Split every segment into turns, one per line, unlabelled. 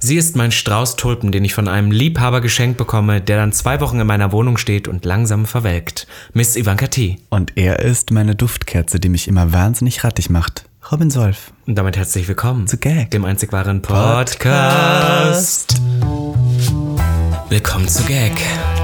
Sie ist mein Strauß Tulpen, den ich von einem Liebhaber geschenkt bekomme, der dann zwei Wochen in meiner Wohnung steht und langsam verwelkt. Miss Ivanka T.
Und er ist meine Duftkerze, die mich immer wahnsinnig rattig macht. Robin Solf.
Und damit herzlich willkommen
Zu Gag.
dem einzig wahren Podcast. Willkommen zu Gag.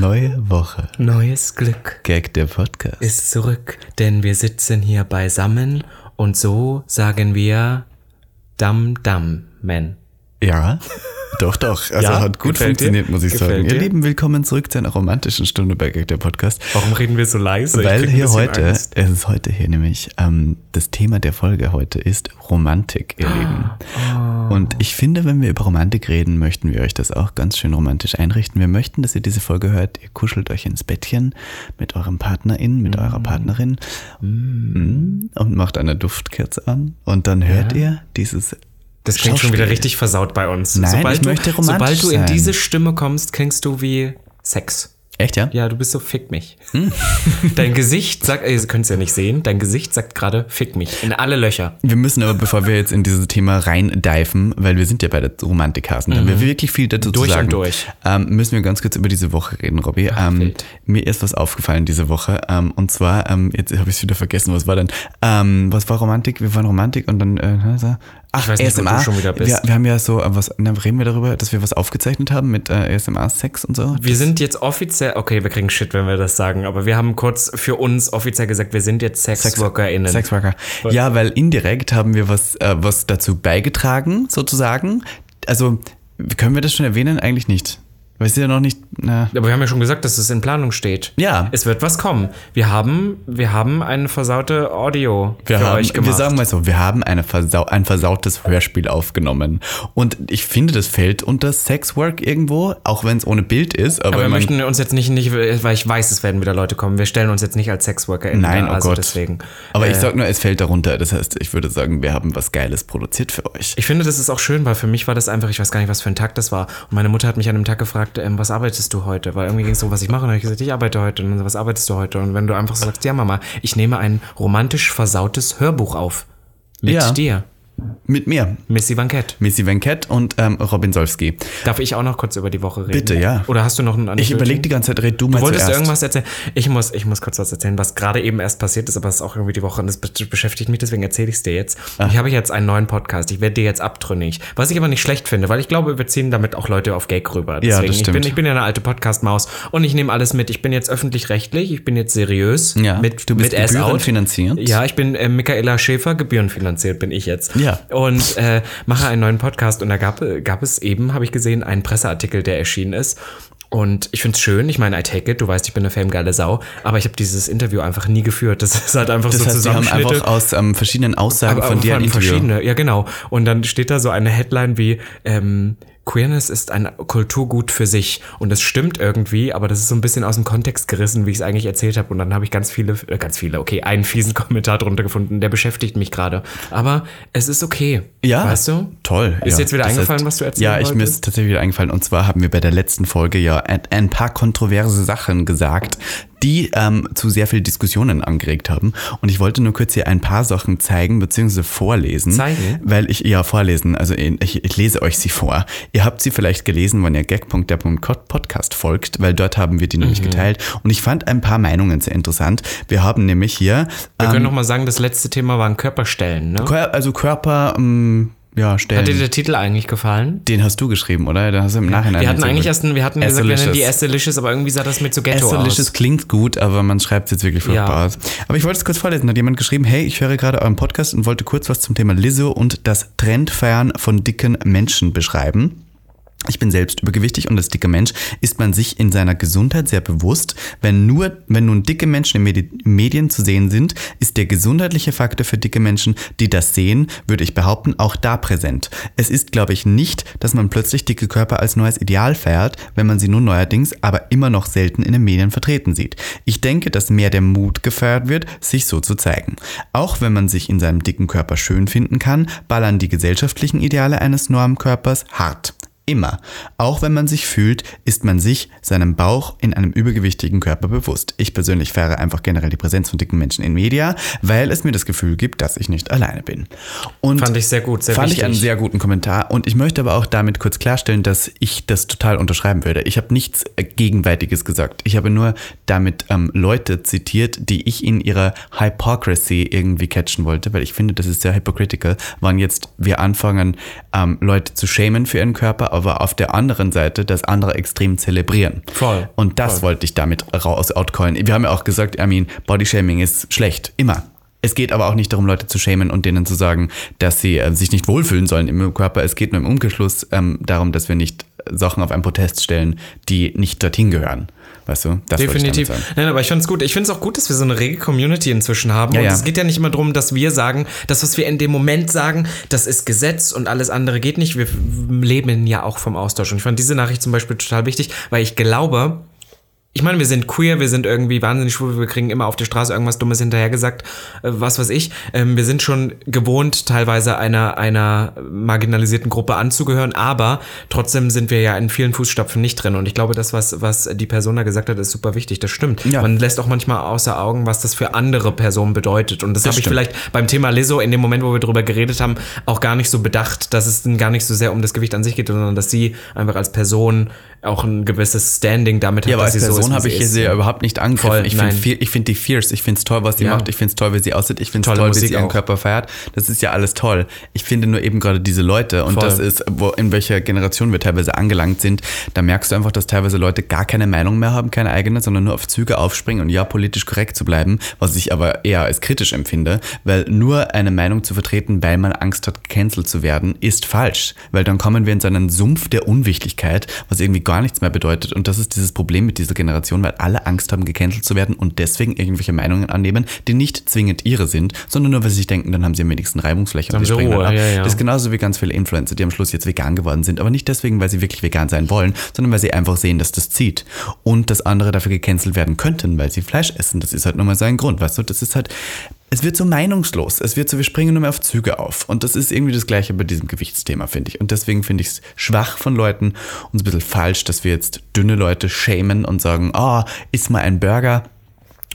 Neue Woche.
Neues Glück
Gag der Podcast.
ist zurück, denn wir sitzen hier beisammen und so sagen wir Dam Dam Men.
Ja. Doch, doch. Also
Ja?
hat gut
Gefällt dir?
funktioniert, muss ich
Gefällt
sagen.
dir?
Ihr Lieben, willkommen zurück zu einer romantischen Stunde bei Gag der Podcast.
Warum reden wir so leise?
Weil hier heute, es ist heute hier nämlich, ähm, das Thema der Folge heute ist Romantik, ihr Lieben.
Ah.
Und ich finde, wenn wir über Romantik reden, möchten wir euch das auch ganz schön romantisch einrichten. Wir möchten, dass ihr diese Folge hört. Ihr kuschelt euch ins Bettchen mit eurem Partnerin, mit eurer Partnerin
Mm.
Mm. und macht eine Duftkerze an. Und dann hört ihr dieses.
Das klingt schon wieder
Schauspiel.
richtig versaut bei uns.
Nein,
sobald
ich
du,
möchte romantisch
Sobald du in
sein.
diese Stimme kommst, klingst du wie Sex.
Echt, ja?
Ja, du bist so fick mich.
Hm.
Dein Gesicht sagt, ihr könnt es ja nicht sehen, dein Gesicht sagt gerade fick mich in alle Löcher.
Wir müssen aber, bevor wir jetzt in dieses Thema reindeifen, weil wir sind ja bei der Romantikhasen, da haben wir wirklich viel dazu
Mhm. Durch
zu
und
sagen.
durch.
Ähm, müssen wir ganz kurz über diese Woche reden, Robby. Ähm,
wild.
mir ist was aufgefallen diese Woche. Ähm, und zwar, ähm, jetzt habe ich es wieder vergessen, was war denn? Ähm, was war Romantik? Wir waren Romantik und dann, äh, so- ach,
Ich weiß nicht, wo du
ASMR.
schon wieder bist.
Wir, wir haben ja so, äh, was, na, reden wir darüber, dass wir was aufgezeichnet haben mit äh, ASMR-Sex und so.
Wir sind jetzt offiziell, okay, wir kriegen Shit, wenn wir das sagen, aber wir haben kurz für uns offiziell gesagt, wir sind jetzt SexworkerInnen.
Sexworker. Ja, weil indirekt haben wir was, äh, was dazu beigetragen, sozusagen. Also, können wir das schon erwähnen? Eigentlich nicht. Weil es ist ja noch nicht. Na,
aber wir haben ja schon gesagt, dass es in Planung steht.
Ja.
Es wird was kommen. Wir haben, wir haben eine versaute Audio
wir,
für
haben,
euch gemacht.
wir sagen mal so, wir haben eine Versau ein versautes Hörspiel aufgenommen. Und ich finde, das fällt unter Sexwork irgendwo, auch wenn es ohne Bild ist. Aber,
aber wir
man,
möchten uns jetzt nicht, nicht, weil ich weiß, es werden wieder Leute kommen. Wir stellen uns jetzt nicht als SexworkerInnen
Nein,
dar,
oh
also
Gott.
deswegen.
aber ich sag nur, es fällt darunter. Das heißt, ich würde sagen, wir haben was Geiles produziert für euch.
Ich finde, das ist auch schön, weil für mich war das einfach, ich weiß gar nicht, was für ein Tag das war. Und meine Mutter hat mich an einem Tag gefragt, ähm, was arbeitest du heute? Weil irgendwie ging es darum, was ich mache. Und dann habe ich gesagt, ich arbeite heute. Und dann so, was arbeitest du heute? Und wenn du einfach so sagst, ja Mama, ich nehme ein romantisch versautes Hörbuch auf. Mit
Ja.
dir,
Mit mir,
Missy Bankett.
Missy Van Cat und ähm, Robin Solski.
Darf ich auch noch kurz über die Woche reden?
Bitte, ja.
Oder hast du noch einen
Ich überlege die ganze Zeit, red du mal
Du wolltest
zuerst.
irgendwas erzählen? Ich muss, ich muss kurz was erzählen, was gerade eben erst passiert ist, aber es ist auch irgendwie die Woche und das be- beschäftigt mich, deswegen erzähle ich es dir jetzt.
Ah.
Ich habe jetzt einen neuen Podcast, ich werde dir jetzt abtrünnig. Was ich aber nicht schlecht finde, weil ich glaube, wir ziehen damit auch Leute auf Gag rüber.
Ja, das
Deswegen, Ich
stimmt.
bin, ich bin ja eine alte Podcast-Maus und ich nehme alles mit. Ich bin jetzt öffentlich-rechtlich, ich bin jetzt seriös.
Ja,
mit,
du bist
mit S-Out.
gebührenfinanziert.
Ja, ich bin äh, Michaela Schäfer, gebührenfinanziert bin ich jetzt.
Ja.
Und äh, mache einen neuen Podcast und da gab, gab es eben, habe ich gesehen, einen Presseartikel, der erschienen ist. Und ich finde es schön, ich meine, I take it, du weißt, ich bin eine famegeile Sau, aber ich habe dieses Interview einfach nie geführt. Das ist halt einfach so
Das heißt, sie haben
Zusammenschnitte.
einfach aus ähm, verschiedenen Aussagen von dir ein
vor allem
Interview.
verschiedene, ja genau. Und dann steht da so eine Headline wie ähm, Queerness ist ein Kulturgut für sich. Und das stimmt irgendwie, aber das ist so ein bisschen aus dem Kontext gerissen, wie ich es eigentlich erzählt habe. Und dann habe ich ganz viele, äh, ganz viele, okay, einen fiesen Kommentar drunter gefunden, der beschäftigt mich gerade. Aber es ist okay.
Ja,
Weißt du?
Toll.
Ist
ja.
jetzt wieder
Das
eingefallen, was du erzählen
Ja, ich mir
wolltest?
ist tatsächlich wieder eingefallen. Und zwar haben wir bei der letzten Folge ja ein, ein paar kontroverse Sachen gesagt, die ähm, zu sehr viel Diskussionen angeregt haben. Und ich wollte nur kurz hier ein paar Sachen zeigen bzw. vorlesen.
Zeigen?
Weil ich, ja, vorlesen. Also ich, ich lese euch sie vor. Ihr habt sie vielleicht gelesen, wenn ihr gag.der.podcast folgt, weil dort haben wir die
Mhm.
nämlich geteilt. Und ich fand ein paar Meinungen sehr interessant. Wir haben nämlich hier...
Wir können noch mal sagen, das letzte Thema waren Körperstellen, ne?
Kör also Körper, ähm, ja, Stellen.
Hat dir der Titel eigentlich gefallen?
Den hast du geschrieben, oder? Den hast du im Nachhinein. halt
Wir hatten
erzählt.
eigentlich erst, einen- wir hatten gesagt, wir nennen die
Essolicious.
Esselicious, aber irgendwie sah das mit so Ghetto aus.
Essolicious klingt gut, aber man schreibt es jetzt wirklich furchtbar
Ja.
aus. Aber ich wollte es kurz vorlesen. Da hat jemand geschrieben, hey, ich höre gerade euren Podcast und wollte kurz was zum Thema Lizzo und das Trendfeiern von dicken Menschen beschreiben. Ich bin selbst übergewichtig und als dicker Mensch ist man sich in seiner Gesundheit sehr bewusst. Wenn nur, wenn nun dicke Menschen in Medi Medien zu sehen sind, ist der gesundheitliche Faktor für dicke Menschen, die das sehen, würde ich behaupten, auch da präsent. Es ist, glaube ich, nicht, dass man plötzlich dicke Körper als neues Ideal feiert, wenn man sie nun neuerdings aber immer noch selten in den Medien vertreten sieht. Ich denke, dass mehr der Mut gefeiert wird, sich so zu zeigen. Auch wenn man sich in seinem dicken Körper schön finden kann, ballern die gesellschaftlichen Ideale eines Normkörpers hart immer. Auch wenn man sich fühlt, ist man sich seinem Bauch in einem übergewichtigen Körper bewusst. Ich persönlich feiere einfach generell die Präsenz von dicken Menschen in Media, weil es mir das Gefühl gibt, dass ich nicht alleine bin.
Und fand ich sehr gut, sehr
fand
wichtig.
ich einen sehr guten Kommentar. Und ich möchte aber auch damit kurz klarstellen, dass ich das total unterschreiben würde. Ich habe nichts äh, Gegenwärtiges gesagt. Ich habe nur damit ähm, Leute zitiert, die ich in ihrer Hypocrisy irgendwie catchen wollte, weil ich finde, das ist sehr hypocritical, wann jetzt wir anfangen, ähm, Leute zu schämen für ihren Körper, aber auf der anderen Seite das andere extrem zelebrieren.
Voll.
Und das
Voll.
wollte ich damit raus outcallen. Wir haben ja auch gesagt, I mean, Bodyshaming ist schlecht, immer. Es geht aber auch nicht darum, Leute zu schämen und denen zu sagen, dass sie äh, sich nicht wohlfühlen sollen im Körper. Es geht nur im Umgeschluss ähm, darum, dass wir nicht Sachen auf einen Protest stellen, die nicht dorthin gehören. Weißt du? Das wollte ich damit
Definitiv.
sagen.
Nein, aber ich finde es gut. Ich finde es auch gut, dass wir so eine rege Community inzwischen haben.
Ja,
und
ja.
es geht ja nicht immer darum, dass wir sagen, das, was wir in dem Moment sagen, das ist Gesetz und alles andere geht nicht. Wir f- leben ja auch vom Austausch. Und ich fand diese Nachricht zum Beispiel total wichtig, weil ich glaube, ich meine, wir sind queer, wir sind irgendwie wahnsinnig schwul, wir kriegen immer auf der Straße irgendwas Dummes hinterhergesagt, äh, was weiß ich. Ähm, wir sind schon gewohnt, teilweise einer, einer marginalisierten Gruppe anzugehören, aber trotzdem sind wir ja in vielen Fußstapfen nicht drin. Und ich glaube, das, was, was die Person da gesagt hat, ist super wichtig. Das stimmt.
Ja.
Man lässt auch manchmal außer Augen, was das für andere Personen bedeutet. Und das, habe ich
stimmt.
vielleicht beim Thema Lizzo in dem Moment, wo wir drüber geredet haben, auch gar nicht so bedacht, dass es denn gar nicht so sehr um das Gewicht an sich geht, sondern dass sie einfach als Person auch ein gewisses Standing damit hat.
Ja, aber
dass
als
sie so
Person
ist, wie
habe
sie
ich hier
ist.
sehr überhaupt nicht angegriffen.
Voll,
ich
nein.
finde ich find die fierce, ich finde es toll, was die
Ja.
macht, ich finde es toll, wie sie aussieht, ich finde es
Tolle
toll, wie
Musik
sie ihren
auch.
Körper feiert. Das ist ja alles toll. Ich finde nur eben gerade diese Leute und
Voll.
das ist, wo, in welcher Generation wir teilweise angelangt sind, da merkst du einfach, dass teilweise Leute gar keine Meinung mehr haben, keine eigene, sondern nur auf Züge aufspringen und ja, politisch korrekt zu bleiben, was ich aber eher als kritisch empfinde, weil nur eine Meinung zu vertreten, weil man Angst hat, gecancelt zu werden, ist falsch, weil dann kommen wir in so einen Sumpf der Unwichtigkeit, was irgendwie gar nichts mehr bedeutet und das ist dieses Problem mit dieser Generation, weil alle Angst haben, gecancelt zu werden und deswegen irgendwelche Meinungen annehmen, die nicht zwingend ihre sind, sondern nur, weil sie sich denken, dann haben sie am wenigsten Reibungsfläche
Dann
und die
haben sie
springen dann
Ruhe,
ab.
ja, ja.
Das ist genauso wie ganz viele Influencer, die am Schluss jetzt vegan geworden sind, aber nicht deswegen, weil sie wirklich vegan sein wollen, sondern weil sie einfach sehen, dass das zieht und dass andere dafür gecancelt werden könnten, weil sie Fleisch essen. Das ist halt nochmal so ein Grund, weißt du? Das ist halt, es wird so meinungslos. Es wird so, wir springen nur mehr auf Züge auf. Und das ist irgendwie das Gleiche bei diesem Gewichtsthema, finde ich. Und deswegen finde ich es schwach von Leuten und so ein bisschen falsch, dass wir jetzt dünne Leute schämen und sagen, ah, iss mal ein Burger.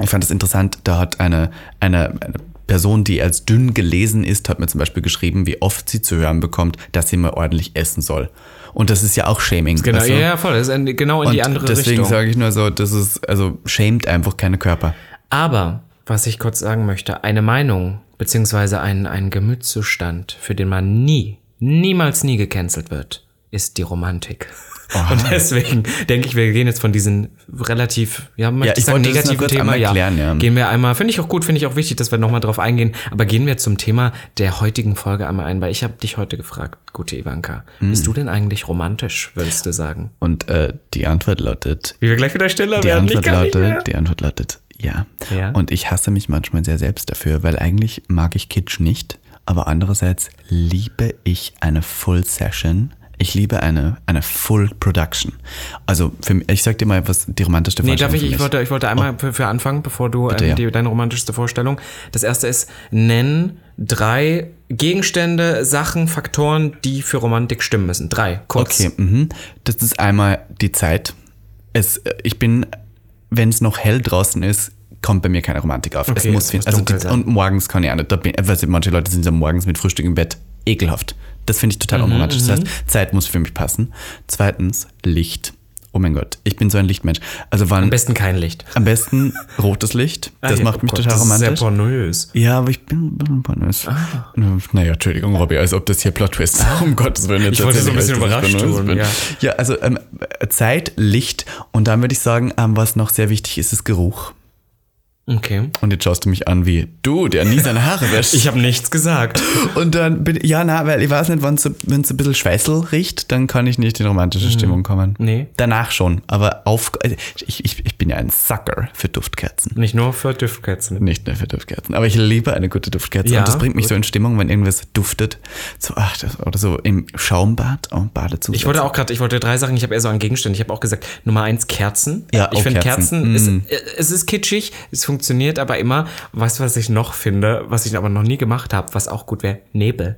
Ich fand es interessant, da hat eine, eine, eine Person, die als dünn gelesen ist, hat mir zum Beispiel geschrieben, wie oft sie zu hören bekommt, dass sie mal ordentlich essen soll. Und das ist ja auch Shaming.
Genau,
weißt du?
ja, ja, voll. Das ist ein, genau in
Und
die andere
deswegen
Richtung.
sage ich nur so, das ist, also schämt einfach keine Körper.
Aber, was ich kurz sagen möchte, eine Meinung, beziehungsweise ein, ein Gemütszustand, für den man nie, niemals nie gecancelt wird, ist die Romantik. Und deswegen denke ich, wir gehen jetzt von diesen relativ, ja, möchte
Ja,
ich
ich
sagen,
wollte das nur
negativen
kurz
Thema,
einmal
ja,
klären, ja.
gehen wir einmal, finde ich auch gut, finde ich auch wichtig, dass wir nochmal drauf eingehen, aber gehen wir zum Thema der heutigen Folge einmal ein, weil ich habe dich heute gefragt, gute Ivanka,
Hm.
bist du denn eigentlich romantisch, würdest du sagen?
Und äh, die Antwort lautet,
Wie wir gleich wieder stiller
die
werden, ich
Antwort
kann nicht mehr.
lautet, die Antwort lautet, ja.
Ja.
Und ich hasse mich manchmal sehr selbst dafür, weil eigentlich mag ich Kitsch nicht, aber andererseits liebe ich eine Full Session. Ich liebe eine, eine Full Production. Also für mich, ich sag dir mal, was die romantischste
Nee, darf
Vorstellung
ich?
für
Ich
mich-
wollte, ich wollte einmal für, für anfangen, bevor du ähm,
ja.
die, deine romantischste Vorstellung. Das erste ist, nenn drei Gegenstände, Sachen, Faktoren, die für Romantik stimmen müssen. Drei, kurz.
Okay, mhm. das ist einmal die Zeit. Es, äh, ich bin, wenn es noch hell draußen ist, kommt bei mir keine Romantik auf.
Okay,
es muss,
es
fin-
muss
also die,
dunkel sein.
und morgens kann ich auch nicht. Da bin, äh, weiß ich, manche Leute sind so morgens mit Frühstück im Bett ekelhaft. Das finde ich total
Mhm,
unromantisch. Das heißt, Zeit muss für mich passen. Zweitens Licht. Oh mein Gott, ich bin so ein Lichtmensch. Also wann
Am besten kein Licht.
am besten rotes Licht. Das
Ah,
macht mich
oh Gott,
total
das
romantisch.
Ist sehr pornös.
Ja, aber ich bin ein bisschen pornös.
Ah.
Naja, Entschuldigung, Robby, als ob das hier Plot-Twist ist. Um Gottes Willen. Jetzt
Ich wollte
erzähl
so ein
euch,
bisschen
dass ich
überrascht
pornös
tun,
bin.
ja.
Ja, also ähm, Zeit, Licht und dann würde ich sagen, ähm, was noch sehr wichtig ist, ist Geruch.
Okay.
Und jetzt schaust du mich an wie, du, der nie seine Haare wäscht.
Ich habe nichts gesagt.
Und dann bin ja, na, weil ich weiß nicht, wenn es ein bisschen Schweißel riecht, dann kann ich nicht in romantische Stimmung kommen.
Mhm. Nee.
Danach schon, aber auf, also ich, ich, ich bin ja ein Sucker für Duftkerzen.
Nicht nur für Düftkerzen.
Nicht nur für Duftkerzen, aber ich liebe eine gute Duftkerze.
Ja,
und das bringt mich
gut.
so in Stimmung, wenn irgendwas duftet. So, ach, das, oder so im Schaumbad Oh, und Badezusatz.
Ich wollte auch gerade, ich wollte drei Sachen, ich habe eher so an Gegenstände. Ich habe auch gesagt, Nummer eins, Kerzen.
Ja,
ich
oh,
finde Kerzen,
Kerzen,
ist, äh, es ist kitschig, es funktioniert aber immer. Weißt du, was ich noch finde, was ich aber noch nie gemacht habe, was auch gut wäre? Nebel.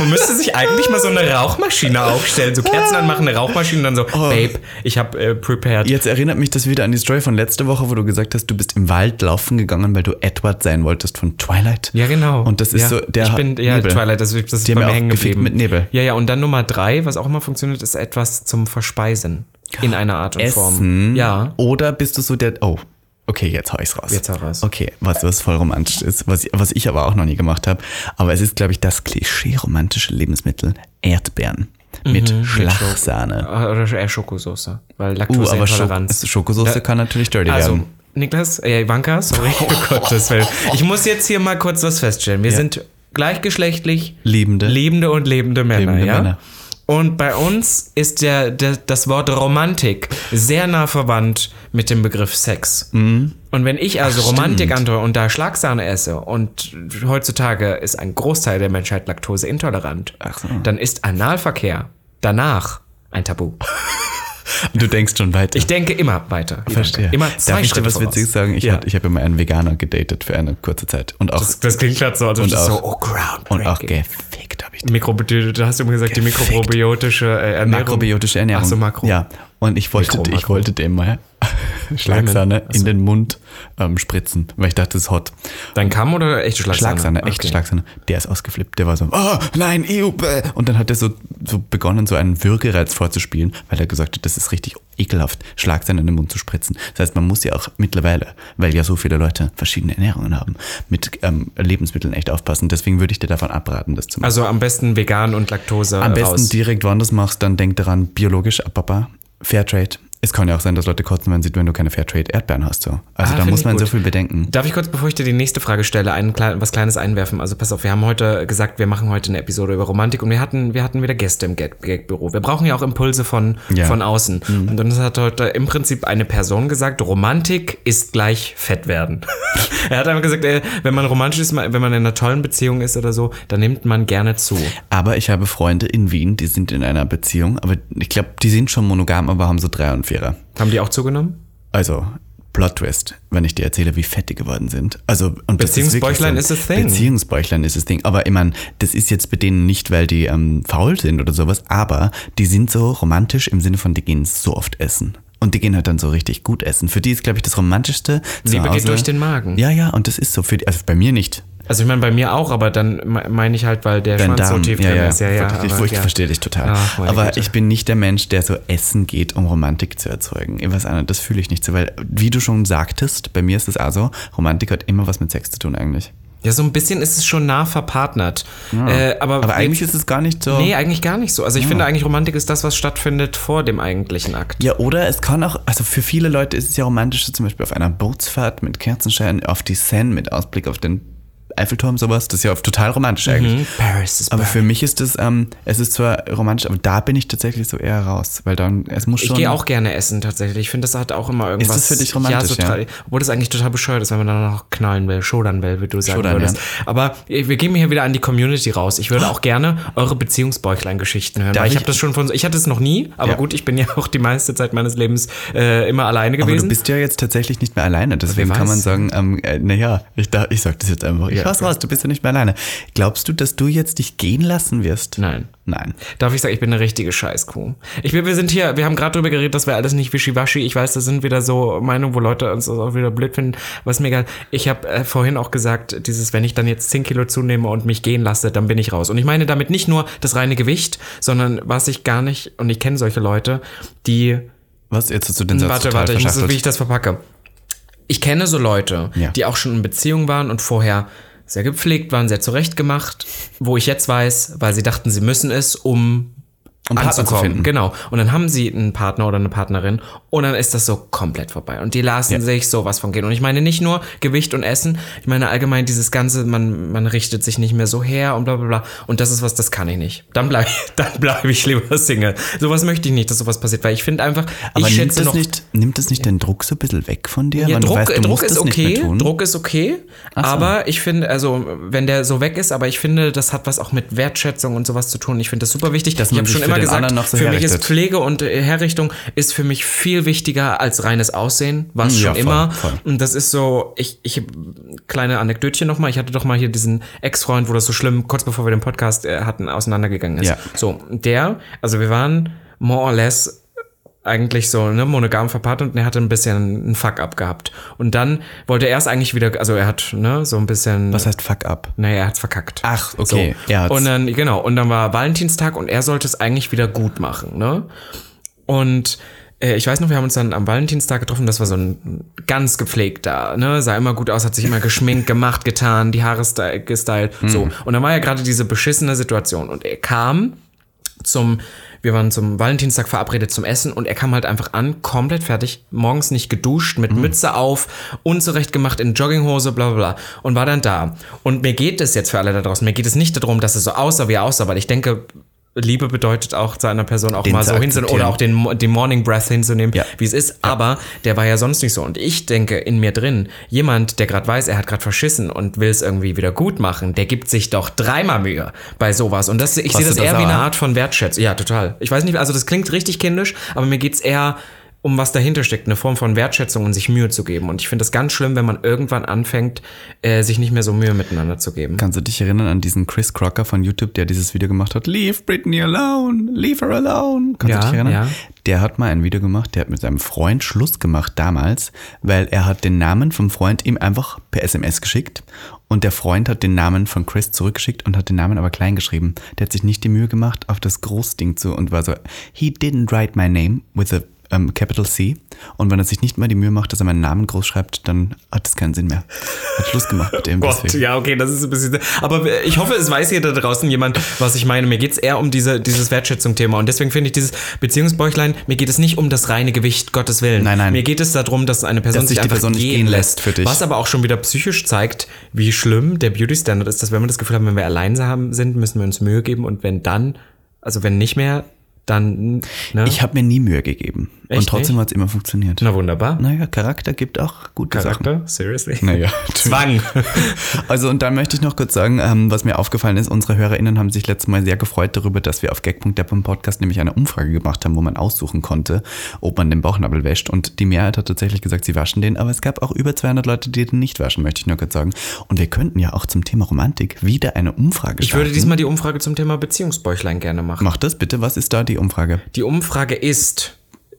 Man müsste sich eigentlich mal so eine Rauchmaschine aufstellen, so Kerzen anmachen, eine Rauchmaschine und dann so,
Oh.
Babe, ich habe äh, prepared.
Jetzt erinnert mich das wieder an die Story von letzte Woche, wo du gesagt hast, du bist im Wald laufen gegangen, weil du Edward sein wolltest von Twilight.
Ja, genau.
Und das ist
ja.
so der
Ich bin, ja,
Nebel.
Twilight, das, das ist
Die
bei mir
haben ja auch
hängen
gefickt
geblieben.
mit Nebel.
Ja, ja, und dann Nummer drei, was auch immer funktioniert, ist etwas zum Verspeisen. In einer Art und Form.
Essen.
Ja.
Oder bist du so der. Oh, okay, jetzt hau ich's raus.
Jetzt hau raus.
Okay, was, was voll romantisch ist, was, ich- was ich aber auch noch nie gemacht habe. Aber es ist, glaube ich, das Klischee-romantische Lebensmittel: Erdbeeren.
Mhm,
Mit Schlagsahne.
Oder eher Äh, Schokosoße. Weil
Uh, aber Schok
Laktoseintoleranz.
Schokosoße kann natürlich dirty
also,
werden.
Niklas, äh, Ivanka, sorry, oh Gottes Willen. Ich muss jetzt hier mal kurz was feststellen. Wir sind gleichgeschlechtlich
Liebende.
lebende und lebende Männer,
Lebende
ja?
Männer.
Und bei uns ist der, der, das Wort Romantik sehr nah verwandt mit dem Begriff Sex.
Mhm.
Und wenn ich also Romantik andreue und da Schlagsahne esse und heutzutage ist ein Großteil der Menschheit laktoseintolerant,
Ach so.
dann ist Analverkehr danach ein Tabu.
du denkst schon weiter.
Ich denke immer weiter.
Verstehe.
Immer zwei
Darf ich dir
Schritte
was
voraus.
Witziges sagen? Ich,
Ja.
hab- ich habe immer einen Veganer gedatet für eine kurze Zeit. Und auch,
Das klingt gerade so, als ob das
auch-
so, oh, ground
und auch gefickt habe ich die
Mikrobiot- du hast immer gesagt, die
Gefickt.
mikrobiotische äh, Ernährung.
makrobiotische Ernährung.
Ach so, Makro.
Ja. Und ich wollte,
Mikro,
ich
Makro.
wollte dem mal Schlagsahne
Ach so.
in den Mund ähm, spritzen, weil ich dachte, es ist hot.
Dann kam oder echte Schlagsahne?
Schlagsahne, echte
Okay.
Schlagsahne. Der ist ausgeflippt, der war so, oh, nein, ew, bäh. Und dann hat er so, so begonnen, so einen Würgereiz vorzuspielen, weil er gesagt hat, das ist richtig ekelhaft, Schlagsahne in den Mund zu spritzen. Das heißt, man muss ja auch mittlerweile, weil ja so viele Leute verschiedene Ernährungen haben, mit ähm, Lebensmitteln echt aufpassen. Deswegen würde ich dir davon abraten, das zu machen.
Also am besten vegan und Laktose
Am besten
Also, äh, raus.
direkt woanders machst, dann denk daran, biologisch, ababa, Fairtrade. Es kann ja auch sein, dass Leute kotzen, wenn sie, wenn du keine Fairtrade-Erdbeeren hast. So. Also
Ah,
da
find
muss
ich
man so
gut.
viel bedenken.
Darf ich kurz, bevor ich dir die nächste Frage stelle, einen kleinen, was Kleines einwerfen? Also pass auf, wir haben heute gesagt, wir machen heute eine Episode über Romantik und wir hatten, wir hatten wieder Gäste im Gag- Gagbüro. Wir brauchen ja auch Impulse von,
Ja. Mhm.
von außen. Und dann hat heute im Prinzip eine Person gesagt, Romantik ist gleich fett werden. er hat einfach gesagt, ey, wenn man romantisch ist, wenn man in einer tollen Beziehung ist oder so, dann nimmt man gerne zu.
Aber ich habe Freunde in Wien, die sind in einer Beziehung, aber ich glaube, die sind schon monogam, aber haben so Dreier und Vierer.
Haben die auch zugenommen?
Also, Plot Twist, wenn ich dir erzähle, wie fett die geworden sind. Also, und das
Beziehungsbäuchlein
wirklich
is a thing.
Beziehungsbäuchlein ist das Ding. Aber ich meine, das ist jetzt bei denen nicht, weil die ähm, faul sind oder sowas, aber die sind so romantisch im Sinne von, die gehen so oft essen. Und die gehen halt dann so richtig gut essen. Für die ist, glaube ich, das Romantischste. zu
Liebe geht
Hause-
durch den Magen.
Ja, ja, und das ist so für die, also bei mir nicht.
Also ich meine, bei mir auch, aber dann me- meine ich halt, weil der
Dein
Schwanz so
Darm.
tief
ja,
drin
ja.
ist. Ja, ja,
Verstehe ich,
aber
ich
ja.
verstehe dich total.
Ach, meine
aber
Güte.
ich bin nicht der Mensch, der so essen geht, um Romantik zu erzeugen. Ich weiß auch nicht, das fühle ich nicht so, weil, wie du schon sagtest, bei mir ist es auch so, Romantik hat immer was mit Sex zu tun eigentlich.
Ja, so ein bisschen ist es schon nah verpartnert. Äh, aber
Aber eigentlich ist es gar nicht so.
Nee, eigentlich gar nicht so. Also ich finde eigentlich, Romantik ist das, was stattfindet vor dem eigentlichen Akt.
Ja, oder es kann auch, also für viele Leute ist es ja romantisch, so zum Beispiel auf einer Bootsfahrt mit Kerzenschein, auf die Seine mit Ausblick auf den Eiffelturm, sowas. Das ist ja total romantisch
Mhm.
eigentlich.
Paris ist
Aber für mich ist es, ähm, es ist zwar romantisch, aber da bin ich tatsächlich so eher raus, weil dann, es muss
Ich
schon.
gehe auch gerne essen tatsächlich. Ich finde, das hat auch immer irgendwas.
das für dich romantisch, ja?
total, Obwohl das eigentlich total bescheuert ist, wenn man dann noch knallen will, schodern will, wie du sagen
Schodern,
würdest. Aber äh, wir gehen hier wieder an die Community raus. Ich würde auch gerne eure Beziehungsbäuchlein-Geschichten hören.
Darf
Weil ich
ich-
habe das schon von, ich hatte es noch nie, aber
Ja.
gut, ich bin ja auch die meiste Zeit meines Lebens äh, immer alleine
Aber du
gewesen.
bist ja jetzt tatsächlich nicht mehr alleine, deswegen
wer
kann man
weiß?
sagen, ähm, äh, naja, ich, da- ich sag das jetzt einfach, ich
Ja,
hau's raus, du bist ja nicht mehr alleine. Glaubst du, dass du jetzt dich gehen lassen wirst?
Nein.
Nein.
Darf ich sagen, ich bin eine richtige Scheißkuh. Ich bin, wir sind hier, wir haben gerade drüber geredet, dass wir alles nicht wischiwaschi. Ich weiß, das sind wieder so Meinungen, wo Leute uns das auch wieder blöd finden. Was mir egal. Ich habe äh, vorhin auch gesagt, dieses, wenn ich dann jetzt 10 Kilo zunehme und mich gehen lasse, dann bin ich raus. Und ich meine damit nicht nur das reine Gewicht, sondern was ich gar nicht, und ich kenne solche Leute, die
Was, jetzt hast du den Satz
Warte,
total
warte, ich muss, wie ich
verschachtelt.
das verpacke. Ich kenne so Leute,
Ja.
die auch schon in Beziehung waren und vorher sehr gepflegt waren, sehr zurechtgemacht, wo ich jetzt weiß, weil sie dachten, sie müssen es, um
Um Partner zu
anzukommen.
finden.
Genau. Und dann haben sie einen Partner oder eine Partnerin und dann ist das so komplett vorbei. Und die lassen
Ja.
sich sowas von gehen. Und ich meine nicht nur Gewicht und Essen, ich meine allgemein dieses Ganze, man, man richtet sich nicht mehr so her und bla bla bla. Und das ist was, das kann ich nicht. Dann bleibe dann bleib ich lieber Single. Sowas möchte ich nicht, dass sowas passiert, weil ich finde einfach,
Aber
ich
nimmt
schätze
das,
noch.
nicht, nimmt das nicht den Druck so ein bisschen weg von dir?
Ja,
Weil du
Druck,
weißt, du
Druck
musst
ist
das nicht mehr
okay,
tun.
Druck ist okay,
so.
aber ich finde, also wenn der so weg ist, aber ich finde, das hat was auch mit Wertschätzung und sowas zu tun. Ich finde das super wichtig.
Dass
ich
man
habe
sich
schon
für
immer
den
gesagt,
anderen noch so
für mich ist
herrichtet.
Pflege und äh, Herrichtung ist für mich viel wichtiger als reines Aussehen, war es
Hm, Ja,
schon
voll,
immer.
voll.
Und das ist so, ich, ich kleine Anekdötchen nochmal, ich hatte doch mal hier diesen Ex-Freund, wo das so schlimm, kurz bevor wir den Podcast äh, hatten, auseinandergegangen ist.
Ja.
So, der, also wir waren more or less eigentlich so ne, monogam verpaart und er hatte ein bisschen einen Fuck-up gehabt. Und dann wollte er es eigentlich wieder, also er hat ne, so ein bisschen,
Was heißt fuck up?
naja, er hat's verkackt.
Ach, okay.
So.
Er hat's-
und dann, genau, und dann war Valentinstag und er sollte es eigentlich wieder gut machen, ne? Und äh, ich weiß noch, wir haben uns dann am Valentinstag getroffen, das war so ein ganz gepflegter, ne? Sah immer gut aus, hat sich immer geschminkt, gemacht, getan, die Haare sty- gestylt,
Hm.
so. Und dann war ja gerade diese beschissene Situation und er kam zum, wir waren zum Valentinstag verabredet zum Essen und er kam halt einfach an, komplett fertig, morgens nicht geduscht,
Mhm.
mit Mütze auf, unzurecht gemacht in Jogginghose, bla bla bla und war dann da. Und mir geht es jetzt für alle da draußen, mir geht es nicht darum, dass es so aussah, wie er aussah, weil ich denke, Liebe bedeutet auch, seiner Person auch
Den
mal
zu
so hinzunehmen oder
akzeptieren.
auch den, Mo- den Morning Breath hinzunehmen,
Ja.
wie es ist. Aber der war ja sonst nicht so. Und ich denke in mir drin, jemand, der gerade weiß, er hat gerade verschissen und will es irgendwie wieder gut machen, der gibt sich doch dreimal Mühe bei sowas. Und das, ich sehe
du
das
das
eher wie
auch
eine
an?
Art von Wertschätzung. Ja, total. Ich weiß nicht, also das klingt richtig kindisch, aber mir geht's eher um was dahinter steckt, eine Form von Wertschätzung und sich Mühe zu geben. Und ich finde das ganz schlimm, wenn man irgendwann anfängt, äh, sich nicht mehr so Mühe miteinander zu geben.
Kannst du dich erinnern an diesen Chris Crocker von YouTube, der dieses Video gemacht hat? Leave Britney alone, leave her alone. Kannst
Ja,
du dich erinnern?
ja.
Der hat mal ein Video gemacht, der hat mit seinem Freund Schluss gemacht damals, weil er hat den Namen vom Freund ihm einfach per SMS geschickt und der Freund hat den Namen von Chris zurückgeschickt und hat den Namen aber klein geschrieben. Der hat sich nicht die Mühe gemacht auf das Großding zu und war so, he didn't write my name with a ähm, capital C. Und wenn er sich nicht mal die Mühe macht, dass er meinen Namen groß schreibt, dann hat das keinen Sinn mehr. Hat Schluss gemacht mit dem.
Gott,
deswegen.
ja, okay, das ist ein bisschen. Aber ich hoffe, es weiß hier da draußen jemand, was ich meine. Mir geht's eher um diese, dieses Wertschätzung-Thema. Und deswegen finde ich dieses Beziehungsbäuchlein, mir geht es nicht um das reine Gewicht, Gottes Willen.
Nein, nein.
Mir geht es darum, dass eine Person
Dass sich die
einfach
Person nicht gehen lässt für dich.
Was aber auch schon wieder psychisch zeigt, wie schlimm der Beauty-Standard ist, dass wenn wir das Gefühl haben, wenn wir allein haben, sind, müssen wir uns Mühe geben. Und wenn dann, also wenn nicht mehr, dann. Ne?
Ich habe mir nie Mühe gegeben.
Echt
und trotzdem hat es immer funktioniert.
Na wunderbar.
Naja, Charakter gibt auch gute Sachen.
Charakter? Seriously?
Naja,
Zwang.
also und dann möchte ich noch kurz sagen, ähm, was mir aufgefallen ist, unsere HörerInnen haben sich letztes Mal sehr gefreut darüber, dass wir auf gag.depp im Podcast nämlich eine Umfrage gemacht haben, wo man aussuchen konnte, ob man den Bauchnabel wäscht und die Mehrheit hat tatsächlich gesagt, sie waschen den, aber es gab auch über 200 Leute, die den nicht waschen, möchte ich nur kurz sagen. Und wir könnten ja auch zum Thema Romantik wieder eine Umfrage starten.
Ich würde diesmal die Umfrage zum Thema Beziehungsbäuchlein gerne machen.
Mach das bitte, was ist da die Umfrage?
Die Umfrage ist,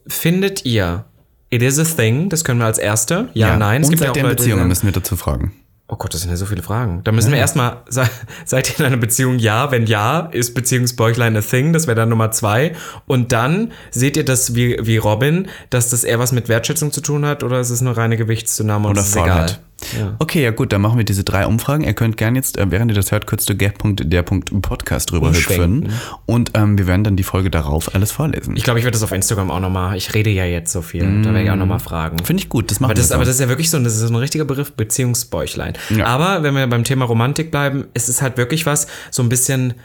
findet ihr, it is a thing, das können wir als erste, ja, nein,
es und
ja
seit der
Leute, die
Beziehung
sagen,
müssen wir dazu fragen.
oh Gott, das sind ja so viele Fragen. Da müssen wir erstmal, se- seid ihr in einer Beziehung, ja, wenn ja, ist Beziehungsbäuchlein a thing, das wäre dann Nummer zwei. Und dann seht ihr das wie, wie Robin, dass das eher was mit Wertschätzung zu tun hat oder ist es nur reine Gewichtszunahme und
Oder
es ist egal.
Faulheit.
Ja.
Okay, ja gut, dann machen wir diese drei Umfragen. Ihr könnt gerne jetzt, äh, während ihr das hört, kurz zu gap.der.podcast
Umschwenken.
rüberhüpfen. Und ähm, wir werden dann die Folge darauf alles vorlesen.
Ich glaube, ich werde das auf Instagram auch nochmal, ich rede ja jetzt so viel, da werde ich auch nochmal fragen.
Finde ich gut, das machen
Aber das,
wir.
aber
so.
das ist ja wirklich so, ein- das ist so ein richtiger Begriff, Beziehungsbäuchlein.
Ja.
Aber wenn wir beim Thema Romantik bleiben, es ist halt wirklich was, so ein bisschen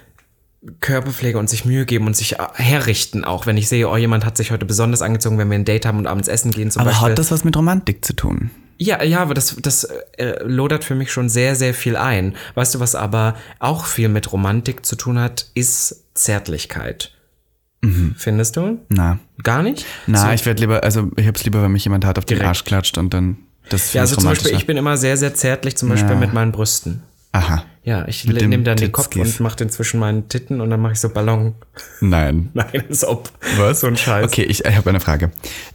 Körperpflege und sich Mühe geben und sich äh, herrichten auch. Wenn ich sehe, oh, jemand hat sich heute besonders angezogen, wenn wir ein Date haben und abends essen gehen zum
aber
Beispiel.
hat das was mit Romantik zu tun?
Ja, ja, aber das, das äh, lodert für mich schon sehr, sehr viel ein. Weißt du, was aber auch viel mit Romantik zu tun hat, ist Zärtlichkeit.
Mhm.
Findest du?
Na,
Gar nicht?
na, ich werde lieber, also ich hab's lieber, wenn mich jemand hart auf den
Direkt.
Arsch klatscht und dann das
Ja,
finde
also
ich
zum Beispiel,
romantischer.
ich bin immer sehr, sehr zärtlich, zum Beispiel
Ja.
mit meinen Brüsten.
Aha.
Ja, ich
Mit dem
nehme dann den Kopf
Titskiff.
und mache den zwischen meinen Titten und dann mache ich so Ballon.
Nein.
Nein, als ob.
Was?
So ein Scheiß.
Okay, ich, ich habe eine Frage.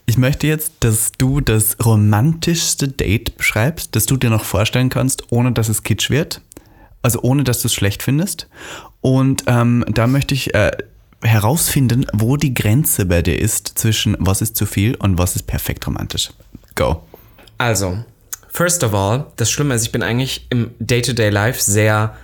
Ich möchte jetzt, dass du das romantischste Date beschreibst, das du dir noch vorstellen kannst, ohne dass es kitsch wird. Also ohne, dass du es schlecht findest. Und ähm, da möchte ich äh, herausfinden, wo die Grenze bei dir ist zwischen was ist zu viel und was ist perfekt romantisch. Go.
Also, first of all, das Schlimme ist, ich bin eigentlich im Day-to-Day-Life sehr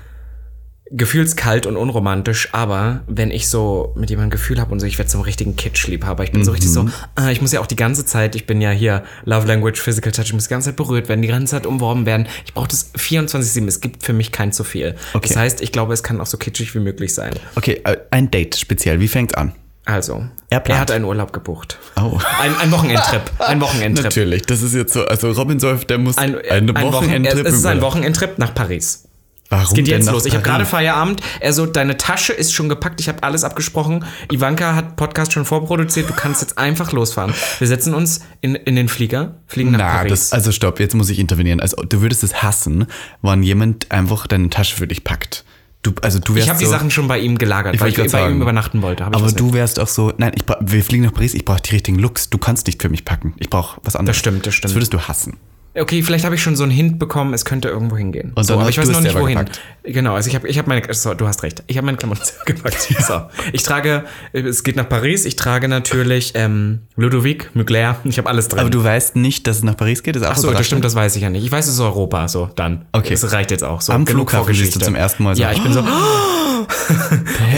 gefühlskalt und unromantisch, aber wenn ich so mit jemandem Gefühl habe und so, ich werde zum richtigen Kitschliebhaber. Ich bin so richtig
Mhm.
so, äh, ich muss ja auch die ganze Zeit, ich bin ja hier Love Language, Physical Touch, ich muss die ganze Zeit berührt werden, die ganze Zeit umworben werden. Ich brauche das 24-7. Es gibt für mich kein zu viel.
Okay.
Das heißt, ich glaube, es kann auch so kitschig wie möglich sein.
Okay, äh, ein Date speziell. Wie fängt's an?
Also,
Er plant.
hat einen Urlaub gebucht.
Oh.
Ein, ein Wochenendtrip. Ein Wochenendtrip.
Natürlich, das ist jetzt so, also Robin Solf, der muss
Ein,
einen
ein
Wochenendtrip.
Es ist ein
über-
Wochenendtrip nach Paris.
Warum
Es geht
denn
jetzt
nach
los. Ich habe gerade
Paris?
Feierabend. Er so, deine Tasche ist schon gepackt. Ich habe alles abgesprochen. Ivanka hat Podcast schon vorproduziert. Du kannst jetzt einfach losfahren. Wir setzen uns in, in den Flieger, fliegen nach
Na,
Paris.
das, also stopp, jetzt muss ich intervenieren. Also du würdest es hassen, wann jemand einfach deine Tasche für dich packt. Du, also du wärst
ich habe
so,
die Sachen schon bei ihm gelagert, weil ich
wollte
bei
grad sagen.
ihm übernachten wollte. Hab ich
Aber
das nicht.
du wärst auch so, nein, ich, bra- wir fliegen nach Paris, ich brauche die richtigen Looks. Du kannst nicht für mich packen. Ich brauche was anderes.
stimmt, das stimmt.
Das würdest du hassen.
Okay, vielleicht habe ich schon so einen Hint bekommen, es könnte irgendwo hingehen.
Und
so,
dann
aber
hast
ich
du
weiß
es
noch nicht
selber
wohin.
gepackt.
Genau, also ich habe ich hab meine so, du hast recht. Ich habe meine Klamotten selber gepackt. So. Ich trage es geht nach Paris, ich trage natürlich ähm, Ludovic Mugler. Ich habe alles drin.
Aber du weißt nicht, dass es nach Paris geht? Ist auch
Ach so, das
überraschend.
stimmt, das weiß ich ja nicht. Ich weiß, es ist Europa, so, dann.
Okay.
Das reicht jetzt auch. So,
Am
genug
Flughafen siehst
Vorgeschichte.
du zum ersten Mal so,
Ja, ich bin so,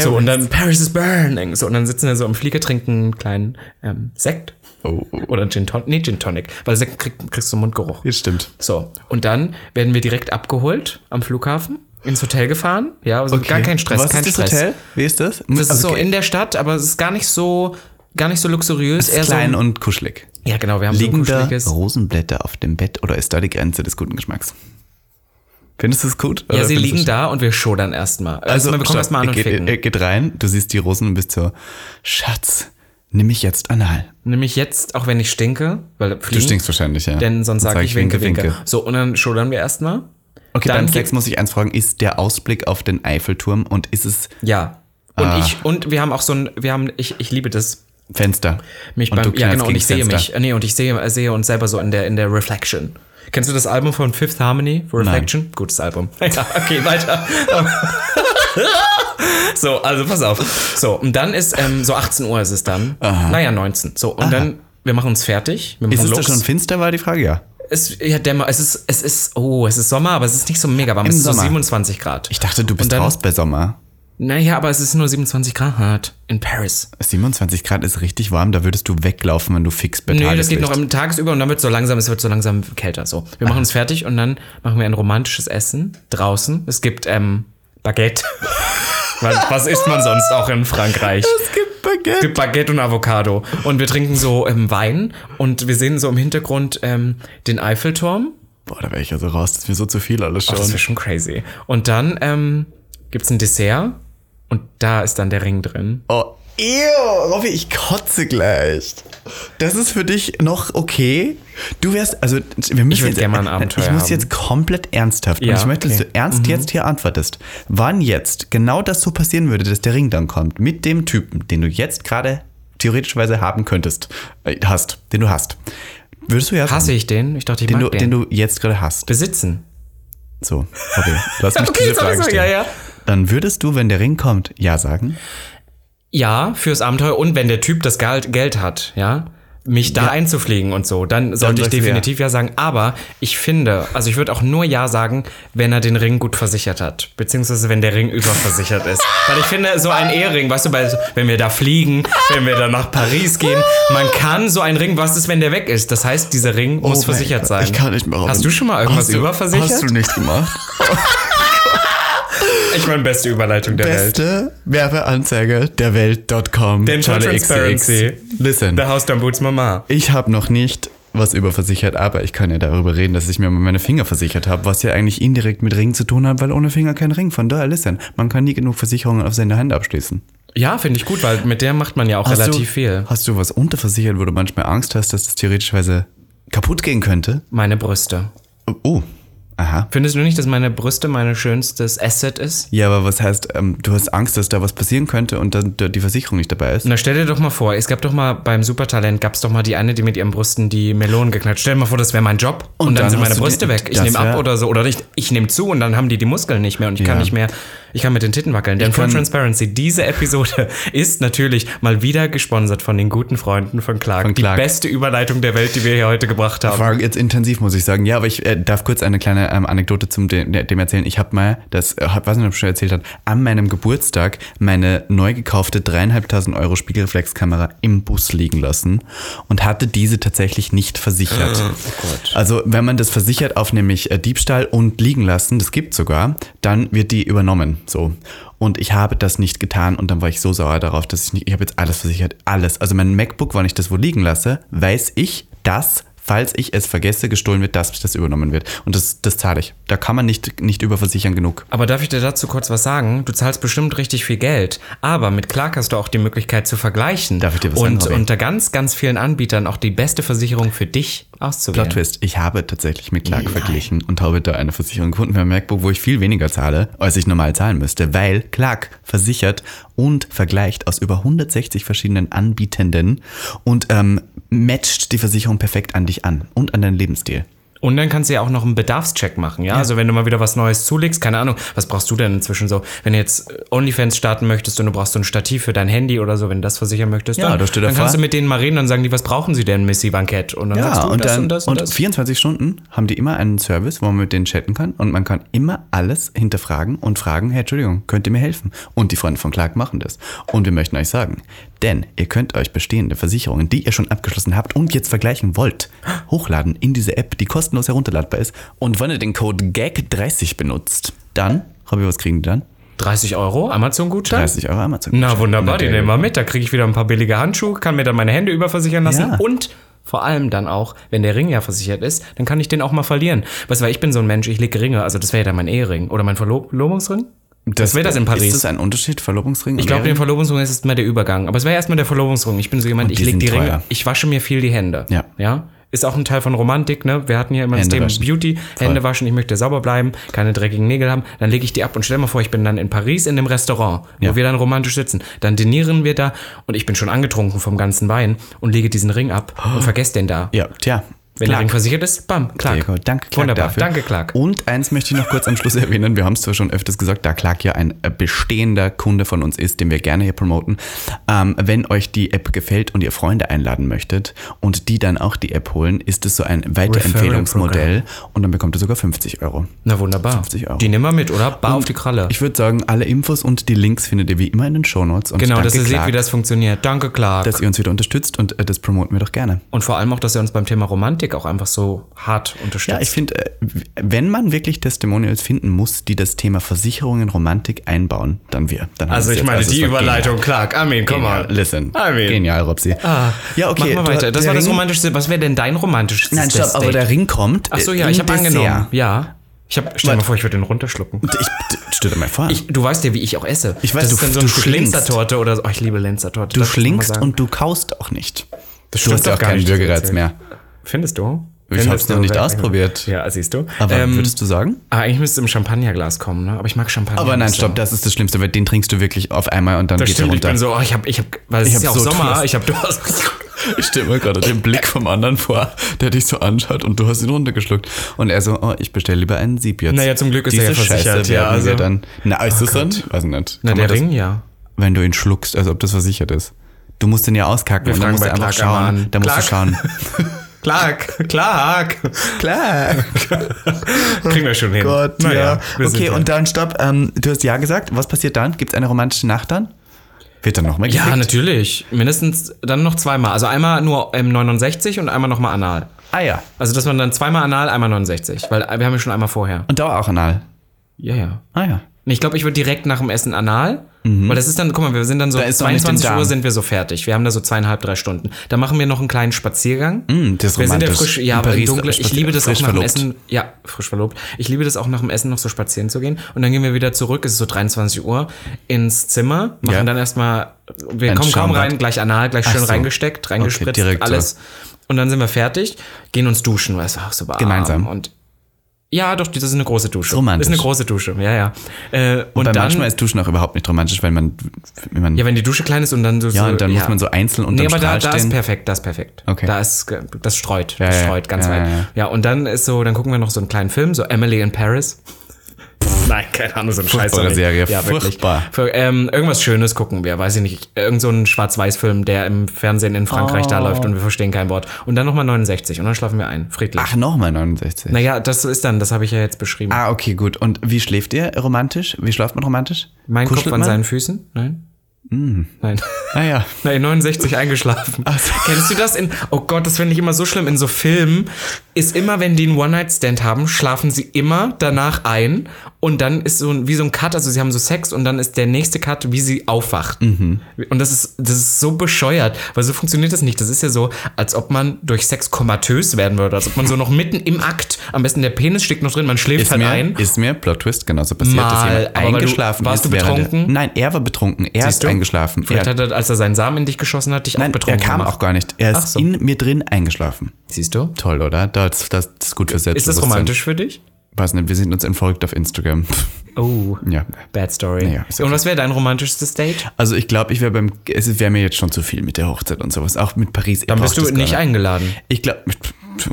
so, und dann Paris is burning. So, und dann sitzen wir so im Flieger, trinken einen kleinen ähm, Sekt.
Oh.
Oder Gin Tonic. Nee, Gin Tonic. Weil Sekt krieg, kriegst du Mundgeruch.
Jetzt stimmt.
So, und dann werden wir direkt abgeholt am Flughafen, ins Hotel gefahren. Ja, also gar kein Stress,
Was
kein
ist das
Stress.
Hotel? Also Wie ist das?
Das ist so in der Stadt, aber es ist gar nicht so, gar nicht so luxuriös. Eher
klein
so,
und kuschelig.
ja, genau, wir haben so ein
Liegende
kuscheliges-
Rosenblätter auf dem Bett oder ist da die Grenze des guten Geschmacks? Findest du es gut?
Ja, sie liegen da und wir schodern erstmal. Also, wir kommen erstmal an und
geht,
ficken.
Er äh, geht rein, du siehst die Rosen und bist so, Schatz, nimm mich jetzt anal. Hm?
Nämlich jetzt, auch wenn ich stinke, weil
Du
fliegen,
stinkst wahrscheinlich, ja.
denn sonst sage ich winke, winke, So, und dann schodern wir erstmal.
Okay,
Dann
beim
geht-
Sex muss ich eins fragen, ist der Ausblick auf den Eiffelturm und ist es
Ja. Und
Ah.
ich, und wir haben auch so ein, wir haben, ich, ich liebe das.
Fenster?
Mich
und
beim, ja,
knallst
genau, und
gegen
ich sehe
Fenster.
mich, äh, nee, und ich sehe, äh, sehe uns selber so in der, in der Reflection. Kennst du das Album von Fifth Harmony? Reflection? Gutes Album. Ja, okay, weiter. so, also pass auf. So, und dann ist, ähm, so 18 Uhr ist es dann. Naja, 19. So, und dann, wir machen uns fertig. Wir machen
Ist es da
Looks.
schon finster, war die Frage, ja.
Es, ja, Dämmer, es ist, es ist, oh, es ist Sommer, aber es ist nicht so mega warm. es ist so
Sommer.
27 Grad.
Ich dachte, du bist
Und dann-
raus bei Sommer.
naja, aber es ist nur 27 Grad in Paris.
27 Grad ist richtig warm, da würdest du weglaufen, wenn du fix bei
Nee, das
Tageslicht.
geht noch im Tagesüber und dann wird so langsam, es wird so langsam kälter. So, wir machen uns fertig und dann machen wir ein romantisches Essen draußen. Es gibt ähm, Baguette. was, was isst man sonst auch in Frankreich?
Es gibt Baguette.
Es gibt Baguette und Avocado. Und wir trinken so ähm, Wein und wir sehen so im Hintergrund ähm, den Eiffelturm.
Boah, da wäre ich also raus, das ist mir so zu viel alles schon.
Das wäre schon crazy. Und dann ähm, gibt's ein Dessert und da ist dann der Ring drin.
Oh, ew, Robby, ich kotze gleich. Das ist für dich noch okay. Du wärst, also wir müssen
würd
jetzt, äh,
gerne mal ein Abenteuer
Ich muss
haben.
jetzt komplett ernsthaft.
Ja,
und ich möchte, dass
okay. Mhm.
du ernst jetzt hier antwortest. Wann jetzt genau das so passieren würde, dass der Ring dann kommt mit dem Typen, den du jetzt gerade theoretischweise haben könntest, äh, hast, den du hast, würdest du ja
Hasse ich den? Ich dachte, ich
den
mag
du,
den.
den du jetzt gerade hast.
Besitzen.
So, Robby, lass mich
Okay,
diese
sorry,
Frage
sorry,
stellen.
ja, ja.
Dann würdest du, wenn der Ring kommt, ja sagen?
Ja, fürs Abenteuer und wenn der Typ das Geld, Geld hat, ja, mich da einzufliegen und so, dann sollte ich
sagst du ja.
definitiv ja. sagen. Aber ich finde, also ich würde auch nur ja sagen, wenn er den Ring gut versichert hat, beziehungsweise wenn der Ring überversichert ist. Weil ich finde, so ein Ehering, weißt du, bei, wenn wir da fliegen, wenn wir da nach Paris gehen, man kann so einen Ring, was ist, wenn der weg ist? Das heißt, dieser Ring muss
Oh mein
versichert
Gott,
sein.
Ich kann nicht mehr Robin.
Hast du schon mal irgendwas
Hast du-
überversichert?
Hast du nicht gemacht.
Ich meine, beste Überleitung der Welt.
Beste Werbeanzeige der Welt.com.
Denn for transparency.
Listen,
The House Down Boots Mama.
ich habe noch nicht was überversichert, aber ich kann ja darüber reden, dass ich mir mal meine Finger versichert habe, was ja eigentlich indirekt mit Ring zu tun hat, weil ohne Finger kein Ring. Von daher, listen, man kann nie genug Versicherungen auf seine Hand abschließen.
Ja, finde ich gut, weil mit der macht man ja auch
Hast
relativ
du,
viel.
Hast du was unterversichert, wo du manchmal Angst hast, dass das theoretischweise kaputt gehen könnte?
Meine Brüste.
Oh, Oh, aha.
Findest du nicht, dass meine Brüste mein schönstes Asset ist?
Ja, aber was heißt, ähm, du hast Angst, dass da was passieren könnte und dann die Versicherung nicht dabei ist?
Na, stell dir doch mal vor, es gab doch mal beim Supertalent, gab es doch mal die eine, die mit ihren Brüsten die Melonen geknallt. Stell dir mal vor, das wäre mein Job. Und,
Und
dann,
dann
sind
hast
meine
du
Brüste
die-
weg. Ich
das
nehme ab
wär-
oder so. Oder ich, ich nehme zu und dann haben die die Muskeln nicht mehr und ich kann
Ja.
nicht mehr Ich kann mit den Titten wackeln. Denn Full
kann-
Transparency, diese Episode ist natürlich mal wieder gesponsert von den guten Freunden von Clark.
Von Clark.
Die beste Überleitung der Welt, die wir hier heute gebracht haben.
War jetzt intensiv, muss ich sagen. Ja, aber ich äh, darf kurz eine kleine ähm, Anekdote zum dem, dem erzählen. Ich habe mal, das äh, hab, weiß nicht, ob ich schon erzählt habe, an meinem Geburtstag meine neu gekaufte dreieinhalbtausend Euro Spiegelreflexkamera im Bus liegen lassen und hatte diese tatsächlich nicht versichert. Also wenn man das versichert auf nämlich äh, Diebstahl und liegen lassen, das gibt sogar, dann wird die übernommen. So. Und ich habe das nicht getan und dann war ich so sauer darauf, dass ich nicht, ich habe jetzt alles versichert, alles. Also mein MacBook, wann ich das wo liegen lasse, weiß ich, dass falls ich es vergesse, gestohlen wird, dass das übernommen wird. Und das, das zahle ich. Da kann man nicht, nicht überversichern genug.
Aber darf ich dir dazu kurz was sagen? Du zahlst bestimmt richtig viel Geld, aber mit Clark hast du auch die Möglichkeit zu vergleichen.
Darf ich dir was sagen,
Und
Robin?
unter ganz, ganz vielen Anbietern auch die beste Versicherung für dich
Plot
auszuwählen.
Twist, ich habe tatsächlich mit Clark verglichen und habe da eine Versicherung gefunden für mein MacBook, wo ich viel weniger zahle, als ich normal zahlen müsste, weil Clark versichert und vergleicht aus über 160 verschiedenen Anbietenden und ähm, matcht die Versicherung perfekt an dich an und an deinen Lebensstil.
Und dann kannst du ja auch noch einen Bedarfscheck machen, ja? Also wenn du mal wieder was Neues zulegst, keine Ahnung, was brauchst du denn inzwischen so? Wenn du jetzt äh, OnlyFans starten möchtest und du brauchst so ein Stativ für dein Handy oder so, wenn du das versichern möchtest,
Ja,
dann,
da steht
dann
davor.
kannst du mit denen mal reden und sagen die, was brauchen sie denn, Missy Bankett? Und dann sagst du das und das und, das.
24 Stunden haben die immer einen Service, wo man mit denen chatten kann und man kann immer alles hinterfragen und fragen, hey, Entschuldigung, könnt ihr mir helfen? Und die Freunde von Clark machen das. Und wir möchten euch sagen, denn ihr könnt euch bestehende Versicherungen, die ihr schon abgeschlossen habt und jetzt vergleichen wollt, hochladen in diese App, die kostenlos herunterladbar ist. Und wenn ihr den Code GAG30 benutzt, dann, Robby, was kriegen die dann?
30 Euro, Amazon-Gutschein?
30 Euro Amazon.
Na wunderbar, den
Natürlich.
nehmen wir mit. Da kriege ich wieder ein paar billige Handschuhe, kann mir dann meine Hände überversichern lassen
Ja.
und vor allem dann auch, wenn der Ring ja versichert ist, dann kann ich den auch mal verlieren. Weißt du, weil ich bin so ein Mensch, ich lege Ringe, also das wäre ja dann mein Ehering oder mein Verlob Verlobungsring. Das wäre das in Paris.
Ist das ein Unterschied? Verlobungsring?
ich glaube, den Verlobungsring ist erstmal der Übergang. Aber es wäre erstmal der Verlobungsring. Ich bin so jemand, ich
die
lege
sind
die Ringe,
teuer.
ich wasche mir viel die Hände.
Ja.
ja. Ist auch ein Teil von Romantik, ne? Wir hatten ja immer das
Hände
Thema
waschen.
Beauty, Hände waschen, ich möchte sauber bleiben, keine dreckigen Nägel haben. Dann lege ich die ab und stell mal vor, ich bin dann in Paris in dem Restaurant, wo
Ja.
wir dann romantisch sitzen. Dann dinieren wir da und ich bin schon angetrunken vom ganzen Wein und lege diesen Ring ab und vergesse den da.
Oh. Ja, tja.
Wenn der Ring versichert ist, bam, Clark.
Diego, danke, Clark.
Wunderbar,
dafür. Oh,
danke, Clark.
Und eins möchte ich noch kurz am Schluss erwähnen. Wir haben es zwar schon öfters gesagt, da Clark ja ein äh, bestehender Kunde von uns ist, den wir gerne hier promoten. Ähm, wenn euch die App gefällt und ihr Freunde einladen möchtet und die dann auch die App holen, ist es so ein Weiterempfehlungsmodell und dann bekommt ihr sogar 50 Euro.
Na wunderbar.
50 Euro.
Die nehmen wir mit, oder? Bar auf die Kralle.
Ich würde sagen, alle Infos und die Links findet ihr wie immer in den Shownotes. Und
genau, dass ihr
Clark,
seht, wie das funktioniert. Danke, Clark.
dass ihr uns wieder unterstützt und äh, das promoten wir doch gerne.
Und vor allem auch, dass er uns beim Thema Romantik auch einfach so hart unterstützt.
Ja, ich finde, äh, w- wenn man wirklich Testimonials finden muss, die das Thema Versicherungen, Romantik einbauen, dann wir. Dann haben
also
wir's
ich
jetzt.
meine,
es
die
war
Überleitung, Clark, I mean, komm mal. Ah,
Genial. Genial. Listen.
I mean.
Genial, Robsi. ja, okay.
Mach
du-
mal weiter. Das
der
war das
Ring-
romantischste. Was wäre denn dein romantisches
Nein, stopp, aber der Ring kommt.
Achso, ja,
äh,
ich
im
habe angenommen.
Dessert.
Ja. Ich hab, stell dir mal vor, ich würde den runterschlucken.
Ich, d- stell dir mal vor.
Ich, du weißt ja, wie ich auch esse.
Ich weiß,
das ist
du-
dann so
du
ein Stück
schlingst.
Linzertorte oder so. Oh, ich liebe Linzertorte.
du
Darf ich das noch mal
schlingst
sagen?
und du kaust auch nicht. Das du
stimmt
hast ja
doch
auch
gar
keinen
nicht, das
Würgereiz
erzählt.
mehr.
Findest du?
Ich
Findest
hab's noch
du?
nicht
Wer-
ausprobiert.
Ja, siehst du.
Aber
Ähm,
würdest du sagen?
ah, eigentlich müsste es im Champagnerglas kommen, ne? Aber ich mag Champagner.
Aber nein,
nicht so.
stopp, das ist das Schlimmste, weil den trinkst du wirklich auf einmal und dann
Das
geht er
stimmt, ich
runter.
bin so, oh, ich habe, ich habe, weil es
Ich
ist
hab
ja auch
so
Sommer,
Durst.
ich habe Durst.
Ich stelle mir gerade den Blick vom anderen vor, der dich so anschaut und du hast ihn runtergeschluckt. Und er so, oh, ich bestelle lieber einen Sieb jetzt.
Naja, zum Glück ist er
Diese
ja versichert,
Scheiße
ja,
werden
also-
wir dann. Na, ist das dann? Weiß ich nicht.
Na,
Kann man
der
das,
Ring ja.
Wenn du ihn schluckst, also ob das versichert ist. Du musst den ja auskacken
Wir
und dann
fragen
musst du
bei
einfach
Clark einmal
schauen.
an.
Da musst du
Clark?
schauen.
Clark, Clark.
Klar.
Kriegen wir schon hin.
Gott,
Na
ja.
wir sind
Okay,
ja-
und dann stopp. Ähm, du hast ja gesagt. Was passiert dann? Gibt es eine romantische Nacht dann? Wird dann nochmal
Ja, natürlich. Mindestens dann noch zweimal. Also einmal nur ähm, 69 und einmal nochmal anal.
Ah ja.
Also, dass man dann zweimal anal, einmal 69. Weil äh, wir haben ja schon einmal vorher.
Und Dauer auch anal.
Ja, ja.
Ah ja.
Nee, Ich glaube, ich würde direkt nach dem Essen anal. Weil das ist dann, guck mal, wir sind dann so
ist noch nicht
22
den
Uhr
Darm.
sind wir so fertig. Wir haben da so zweieinhalb, drei Stunden. Da machen wir noch einen kleinen Spaziergang.
Hm, das ist
Wir sind
romantisch.
ja frisch, ja,
In
aber im
Paris
Dunkeln. Ich
spazieren-
liebe das auch
frisch
nach
verlobt.
dem Essen. Ja, frisch verlobt. Ich liebe das auch nach dem Essen noch so spazieren zu gehen. Und dann gehen wir wieder zurück, es ist so 23 Uhr, ins Zimmer, machen
Ja.
dann erstmal, wir
Ein
kommen kaum
Schaumbad.
rein, gleich anal, gleich schön
so.
reingesteckt, reingespritzt,
direkt so.
alles. Und dann sind wir fertig, gehen uns duschen, weißt du, auch so warm.
Gemeinsam.
Und ja, doch, das ist eine große Dusche.
romantisch.
Das ist eine große Dusche, ja, ja. Äh, und
Weil
dann,
manchmal ist Duschen auch überhaupt nicht romantisch, weil man, wenn man
ja, wenn die Dusche klein ist und dann so.
Ja, und dann muss man so einzeln
Nee,
unterm
aber da,
Strahl
da ist
stehen.
perfekt, da ist perfekt.
Okay.
Da ist, ge- das streut, das
ja,
streut ganz
ja,
weit. Ja,
ja, ja.
und dann ist so, dann gucken wir noch so einen kleinen Film, so Emily in Paris. Nein, keine Ahnung, so ein Scheiß.
Furchtbare
sorry.
Serie,
Ja, wirklich.
furchtbar.
Für, ähm, irgendwas Schönes gucken wir, weiß ich nicht. Irgend so ein Schwarz-Weiß-Film, der im Fernsehen in Frankreich
Oh.
da läuft und wir verstehen kein Wort. Und dann nochmal 69 und dann schlafen wir ein, friedlich.
Ach, nochmal 69.
Naja, das ist dann, das habe ich ja jetzt beschrieben.
Ah, okay, gut. Und wie schläft ihr romantisch? Wie schläft man romantisch?
mein Kopf
Kuschelt
an
man?
seinen Füßen? Nein. Nein.
Ah ja.
Nein, 69 eingeschlafen.
so.
Kennst du das in, oh Gott, das finde ich immer so schlimm, in so Filmen ist immer, wenn die einen One-Night-Stand haben, schlafen sie immer danach ein und dann ist so ein, wie so ein Cut, also sie haben so Sex und dann ist der nächste Cut, wie sie aufwacht.
Mhm.
Und das ist, das ist so bescheuert, weil so funktioniert das nicht. Das ist ja so, als ob man durch Sex komatös werden würde, als ob man so noch mitten im Akt, am besten der Penis steckt noch drin, man schläft
Ist
halt
mir,
ein.
ist mir Plot Twist genauso passiert, dass
Mal,
jemand
aber weil du-
eingeschlafen
warst
ist.
du
während
betrunken?
Er, nein, er war betrunken. Er ist
du?
eingeschlafen.
Vielleicht
er,
hat er, als er seinen Samen in dich geschossen hat, dich auch
nein, er
betrunken
kam
gemacht.
auch gar nicht. Er
Ach
ist
so.
in mir drin eingeschlafen.
Siehst du?
Toll, oder? Das, das ist gut für
Ist das
Selbstbewusstsein.
romantisch für dich?
Weiß nicht, wir sind uns entfolgt auf Instagram.
Oh.
ja.
Bad Story.
Naja, ist
Und was wäre dein romantischstes Date?
Also ich glaube, ich wäre beim, es wäre mir jetzt schon zu viel mit der Hochzeit und sowas. Auch mit Paris.
Dann bist du nicht eingeladen.
Ich glaube,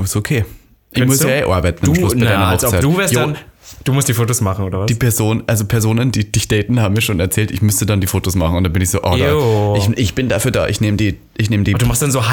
ist okay. Ich
Findest
muss
du?
ja eh arbeiten
Du,
am Schluss bei
na,
deiner
als ob
Hochzeit.
du wärst
Jo,
dann. Du musst die Fotos machen, oder was?
Die Person, also Personen, die dich daten, haben mir schon erzählt, ich müsste dann die Fotos machen. Und dann bin ich so, oh,
Jo.
da, ich, ich bin dafür da. Ich nehme die, ich nehme die.
du machst dann so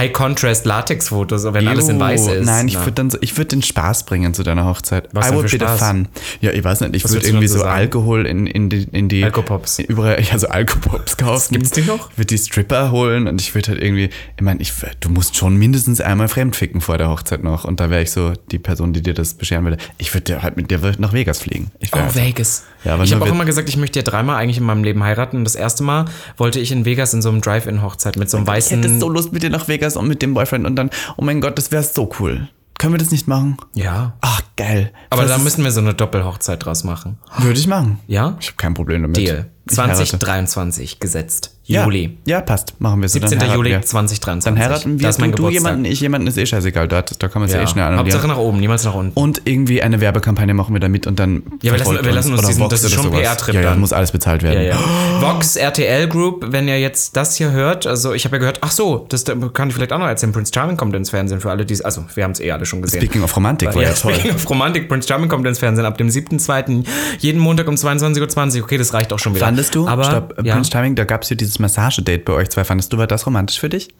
High-Contrast-Latex-Fotos, wenn alles in
Jo.
weiß ist.
Nein, ich
Na.
würde dann so, ich würde den Spaß bringen zu deiner Hochzeit.
Was
I
denn
would
für
be the
Spaß?
fun. Ja, ich weiß nicht, ich würde
würdest du dann
irgendwie
so
so,
sagen?
Alkohol in, in die, in die
Alkopops.
überall, also Alkopops kaufen.
Gibt's die noch?
Ich würde die Stripper holen und ich würde halt irgendwie, ich meine, ich, wür- du musst schon mindestens einmal fremdficken vor der Hochzeit noch und da wäre ich so die Person, die dir das bescheren würde. Ich würde halt mit dir nach Vegas fliegen. Ich wär
Oh,
einfach-
Vegas.
Ja, aber
ich
nur
habe auch
wenn-
immer gesagt, ich möchte ja dreimal eigentlich in meinem Leben heiraten. Und das erste Mal wollte ich in Vegas in so einem Drive-In-Hochzeit mit so einem
Ich hätte
weißen.
so Lust mit dir nach Vegas und mit dem Boyfriend und dann, oh mein Gott, das wäre so cool. Können wir das nicht machen?
ja.
Ach, geil.
Aber
Das
da
ist-
müssen wir so eine Doppelhochzeit draus machen.
Würde ich machen.
Ja?
Ich habe kein Problem damit.
Deal.
Ich heirate.
2023 gesetzt. Juli.
Ja, ja, passt. Machen wir so. Dann
17.
heiraten
Juli
wir.
2023.
Dann heiraten wir.
Das ist mein
du, du
Geburtstag.
jemanden, ich jemanden, ist eh scheißegal. Da, da kann man es
Ja.
eh schnell
Hauptsache
annullieren.
nach oben, niemals nach unten.
Und irgendwie eine Werbekampagne machen wir da mit und dann.
Ja, wir lassen-
verfolgt
wir lassen uns
oder
diesen-
Vox
das ist
oder
schon
sowas.
PR-Trip
Ja, ja,
dann.
muss alles bezahlt werden.
Ja, ja. Vox RTL Group, wenn ihr jetzt das hier hört, also ich habe ja gehört, ach so, das kann ich vielleicht auch noch erzählen. Prince Charming kommt ins Fernsehen für alle, die es, also wir haben es eh alle schon gesehen.
Speaking of Romantik war ja, toll.
Speaking of Romantik, Prince Charming kommt ins Fernsehen ab dem 7.2. jeden Montag um 22.20 Uhr. Okay, das reicht auch schon wieder.
Fandest du?
Aber,
Stopp, äh,
ja,
Prince Timing, da gab es ja dieses Massagedate bei euch zwei. Fandest du, war das romantisch für dich?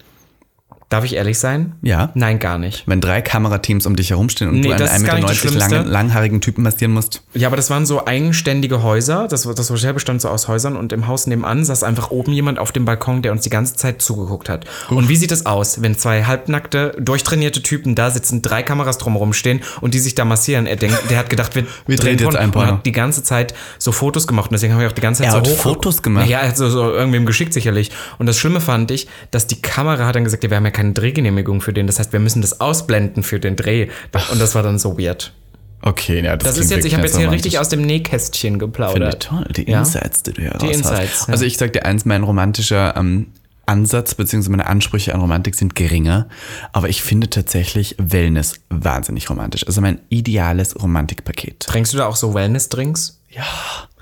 darf ich ehrlich sein?
Ja.
Nein, gar nicht.
Wenn drei Kamerateams um dich herumstehen und
Nee,
du einen
das ist gar nicht das
1,90 Meter langen,
Schlimmste.
langhaarigen Typen massieren musst.
Ja, aber das waren so eigenständige Häuser. Das, das Hotel bestand so aus Häusern und im Haus nebenan saß einfach oben jemand auf dem Balkon, der uns die ganze Zeit zugeguckt hat. Und wie sieht das aus, wenn zwei halbnackte, durchtrainierte Typen da sitzen, drei Kameras drumherum stehen und die sich da massieren? Er denkt, der hat gedacht, wir,
Wir drehen jetzt
Porno.
ein Porno.
Und hat die ganze Zeit so Fotos gemacht und deswegen haben wir auch die ganze Zeit
Er
so
hat
hoch-
Fotos gemacht?
Ja, er hat so, so irgendwem geschickt sicherlich. Und das Schlimme fand ich, dass die Kamera hat dann gesagt, ja, wir haben ja keine Drehgenehmigung für den. Das heißt, wir müssen das ausblenden für den Dreh. Und das war dann so weird.
Okay, ja,
Das ist jetzt, ich habe jetzt hier richtig aus dem Nähkästchen geplaudert.
Finde ich toll, die
Ja.
Insights, die du hier raus
Insights,
hast.
ja.
Also ich sag dir eins, mein romantischer ähm, Ansatz bzw. meine Ansprüche an Romantik sind geringer, aber ich finde tatsächlich Wellness wahnsinnig romantisch. Also mein ideales Romantikpaket.
Trinkst du da auch so Wellness-Drinks?
Ja.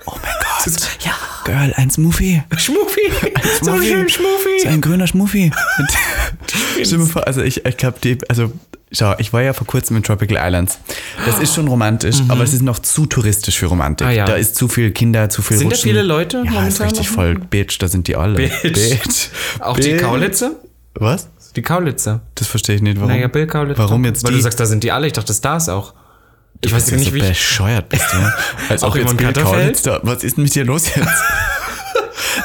Oh mein Gott.
Ja.
Girl, ein Smoothie.
Schmuffi. so
Smoothie.
schön
So
Schmuffi.
ein grüner Schmuffi. Stell mir vor, also ich, ich glaube, die, also schau, ich war ja vor kurzem in Tropical Islands. Das ist schon romantisch, aber es ist noch zu touristisch für Romantik.
Mhm. Ah, ja.
Da ist zu viel Kinder, zu viel
Sind da
Rutschen.
viele Leute
Ja,
momentan
ist richtig
noch?
voll. Bitch, da sind die alle.
Bitch. Auch die
Bitch.
Kaulitze?
Was?
Die Kaulitze.
Das verstehe ich nicht, warum.
Naja, Bill Kaulitz.
Warum jetzt
Weil
die?
du sagst, da sind die alle. Ich dachte, das da ist auch. Ich weiß
dass du
nicht,
so
wie ich...
bescheuert bist, ja. Als
Auch
ob jetzt
Ivan
Bill
Katterfeld?
Kaulitz da, was ist denn mit dir los jetzt?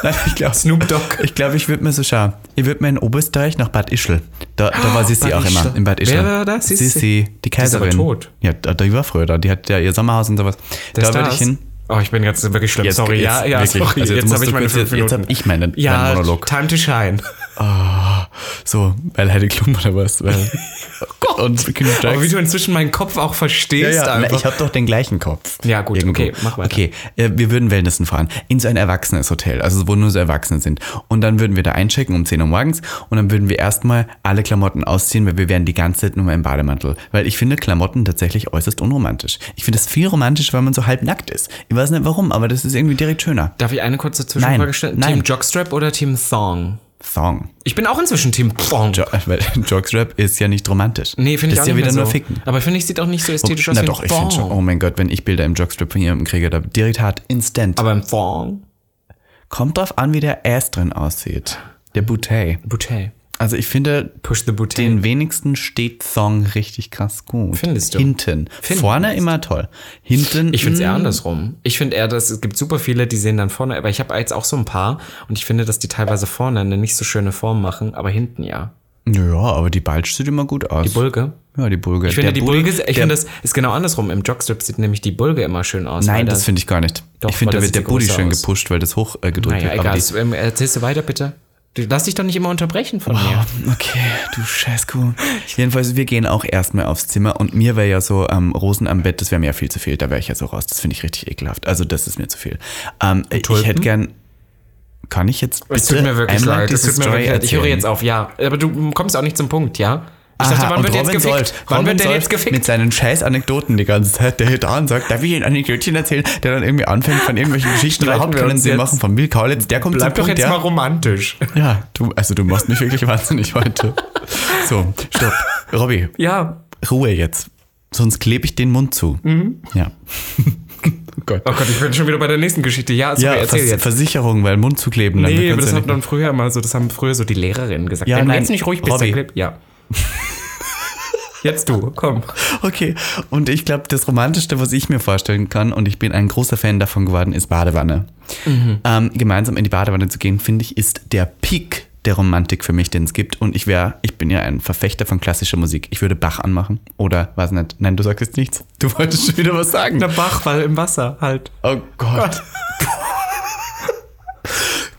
Nein, ich glaube,
Snoop Dogg.
Ich glaube, ich würde mir so schauen. Ich würde mir in Oberösterreich nach Bad Ischl. Da, da war Sissi
Bad
auch
Ischl.
immer, in Bad
Wer
Ischl.
war da? Sissi?
Sissi? die
ist aber
Kaiserin.
tot.
Ja, da, die war früher da. Die hat ja ihr Sommerhaus und sowas. da würde ich hin.
Oh, ich bin ganz wirklich schlimm.
Jetzt-
sorry, ja,
jetzt
ja,
wirklich.
sorry.
Also jetzt
jetzt
musst
habe ich
du
meine
kurz-
fünf
jetzt- jetzt
Minuten.
hab ich meinen- meinen
ja,
Monolog.
Time to shine.
So, weil Heidi Klum oder was. Weil, und Kim
Oh Aber Oh, wie
Jackson.
du inzwischen meinen Kopf auch
Ja,
verstehst
ja, na,
einfach.
ich habe doch den gleichen Kopf.
Ja, gut,
Irgendwo.
okay, mach weiter.
Okay, äh, wir würden Wellnessen fahren. In so ein erwachsenes Hotel, also wo nur so Erwachsene sind. Und dann würden wir da einchecken um 10 Uhr morgens und dann würden wir erstmal alle Klamotten ausziehen, weil wir wären die ganze Zeit nur mal im Bademantel. Weil ich finde Klamotten tatsächlich äußerst unromantisch. Ich finde es viel romantischer, weil man so halb nackt ist. Ich weiß nicht warum, aber das ist irgendwie direkt schöner.
Darf ich eine kurze Zwischenfrage stellen?
nein.
Team Jockstrap oder Team Thong?
Thong.
Ich bin auch inzwischen Team Thong.
Jo weil Jokesrap ist ja nicht romantisch.
Nee, finde ich
das
auch
ist ja
nicht
wieder
mehr
nur
so.
Ficken.
Aber finde ich, sieht auch nicht so ästhetisch aus
Na
wie
doch,
ein
ich finde schon,
Thong.
oh mein Gott, wenn ich Bilder im Jokstrip von jemandem kriege, da direkt hart, instant.
Aber ein Thong.
Kommt drauf an, wie der Ass drin aussieht. Der Bouteille.
Bouteille.
Also ich finde,
Push the Bouteille.
den wenigsten steht Thong richtig krass gut.
Findest du?
Hinten.
Findest
Vorne immer toll. Hinten.
Ich finde es eher
mm,
andersrum. Ich finde eher, dass es gibt super viele, die sehen dann vorne, aber ich habe jetzt auch so ein paar und ich finde, dass die teilweise vorne eine nicht so schöne Form machen, aber hinten ja.
Ja, aber die Bulge sieht immer gut aus.
Die Bulge.
ja, die Bulge.
Ich finde, die Bulge, ich
der,
finde, das ist genau andersrum. Im Jogstrip sieht nämlich die Bulge immer schön aus. weil
Nein,
da-
das finde ich gar nicht.
Doch,
ich finde,
weil das
da wird der
sieht
Booty
größer
schön
aus.
gepusht, weil das hoch äh, gedrückt
Naja,
wird. aber
egal.
die-
Es- ähm, Erzählst du weiter, bitte? Du, lass dich doch nicht immer unterbrechen von mir.
Oh, Okay, du Scheißkuh. Jedenfalls, wir gehen auch erstmal aufs Zimmer und mir wäre ja so ähm, Rosen am Bett, das wäre mir ja viel zu viel. Da wäre ich ja so raus. Das finde ich richtig ekelhaft. Also das ist mir zu viel. Ähm, ich hätte gern. Kann ich jetzt bitte
Es tut mir wirklich
einmal
leid. Es
diese
tut mir
Story
wirklich leid. Ich höre
erzählen?
jetzt auf, ja. Aber du kommst auch nicht zum Punkt, ja? Ich
Aha,
dachte, wann
und
wird jetzt
Robin
gefickt?
Solf-
Wann
Robin
wird denn
Solf
jetzt gefickt?
Mit seinen scheiß Anekdoten die ganze Zeit, der hier da und sagt, darf ich Ihnen Anekdötchen erzählen, der dann irgendwie anfängt von irgendwelchen Geschichten, die
Streiten
überhaupt
wir
keinen
uns
Sinn
jetzt?
machen, von Will Kaulitz, der kommt
Bleib
zum
doch
Punkt,
jetzt
ja.
mal romantisch.
Ja, du, also du machst mich wirklich wahnsinnig heute. So, stopp. Robby,
Ja.
Ruhe jetzt. Sonst klebe ich den Mund zu. Ja. Gott.
Mhm. Oh Gott, ich bin schon wieder bei der nächsten Geschichte. Ja, sorry,
Ja,
erzähl
Vers
jetzt.
Versicherung, weil Mund zu kleben. dann
Nee,
kannst
aber das
du ja
hat
nicht-
man früher mal so, das haben früher so die Lehrerinnen gesagt.
Ja,
Wenn
nein,
du jetzt nicht ruhig bist,
Robby.
dann kleb- ja. jetzt du, komm.
okay. Und ich glaube, das Romantischste, was ich mir vorstellen kann, und ich bin ein großer Fan davon geworden, ist Badewanne.
Mhm.
Ähm, gemeinsam in die Badewanne zu gehen, finde ich, ist der Peak der Romantik für mich, den es gibt. Und ich wäre, ich bin ja ein Verfechter von klassischer Musik. Ich würde Bach anmachen oder was nicht. Nein, du sagst jetzt nichts. Du wolltest schon wieder was sagen.
Der Bach war im Wasser halt.
Oh Gott.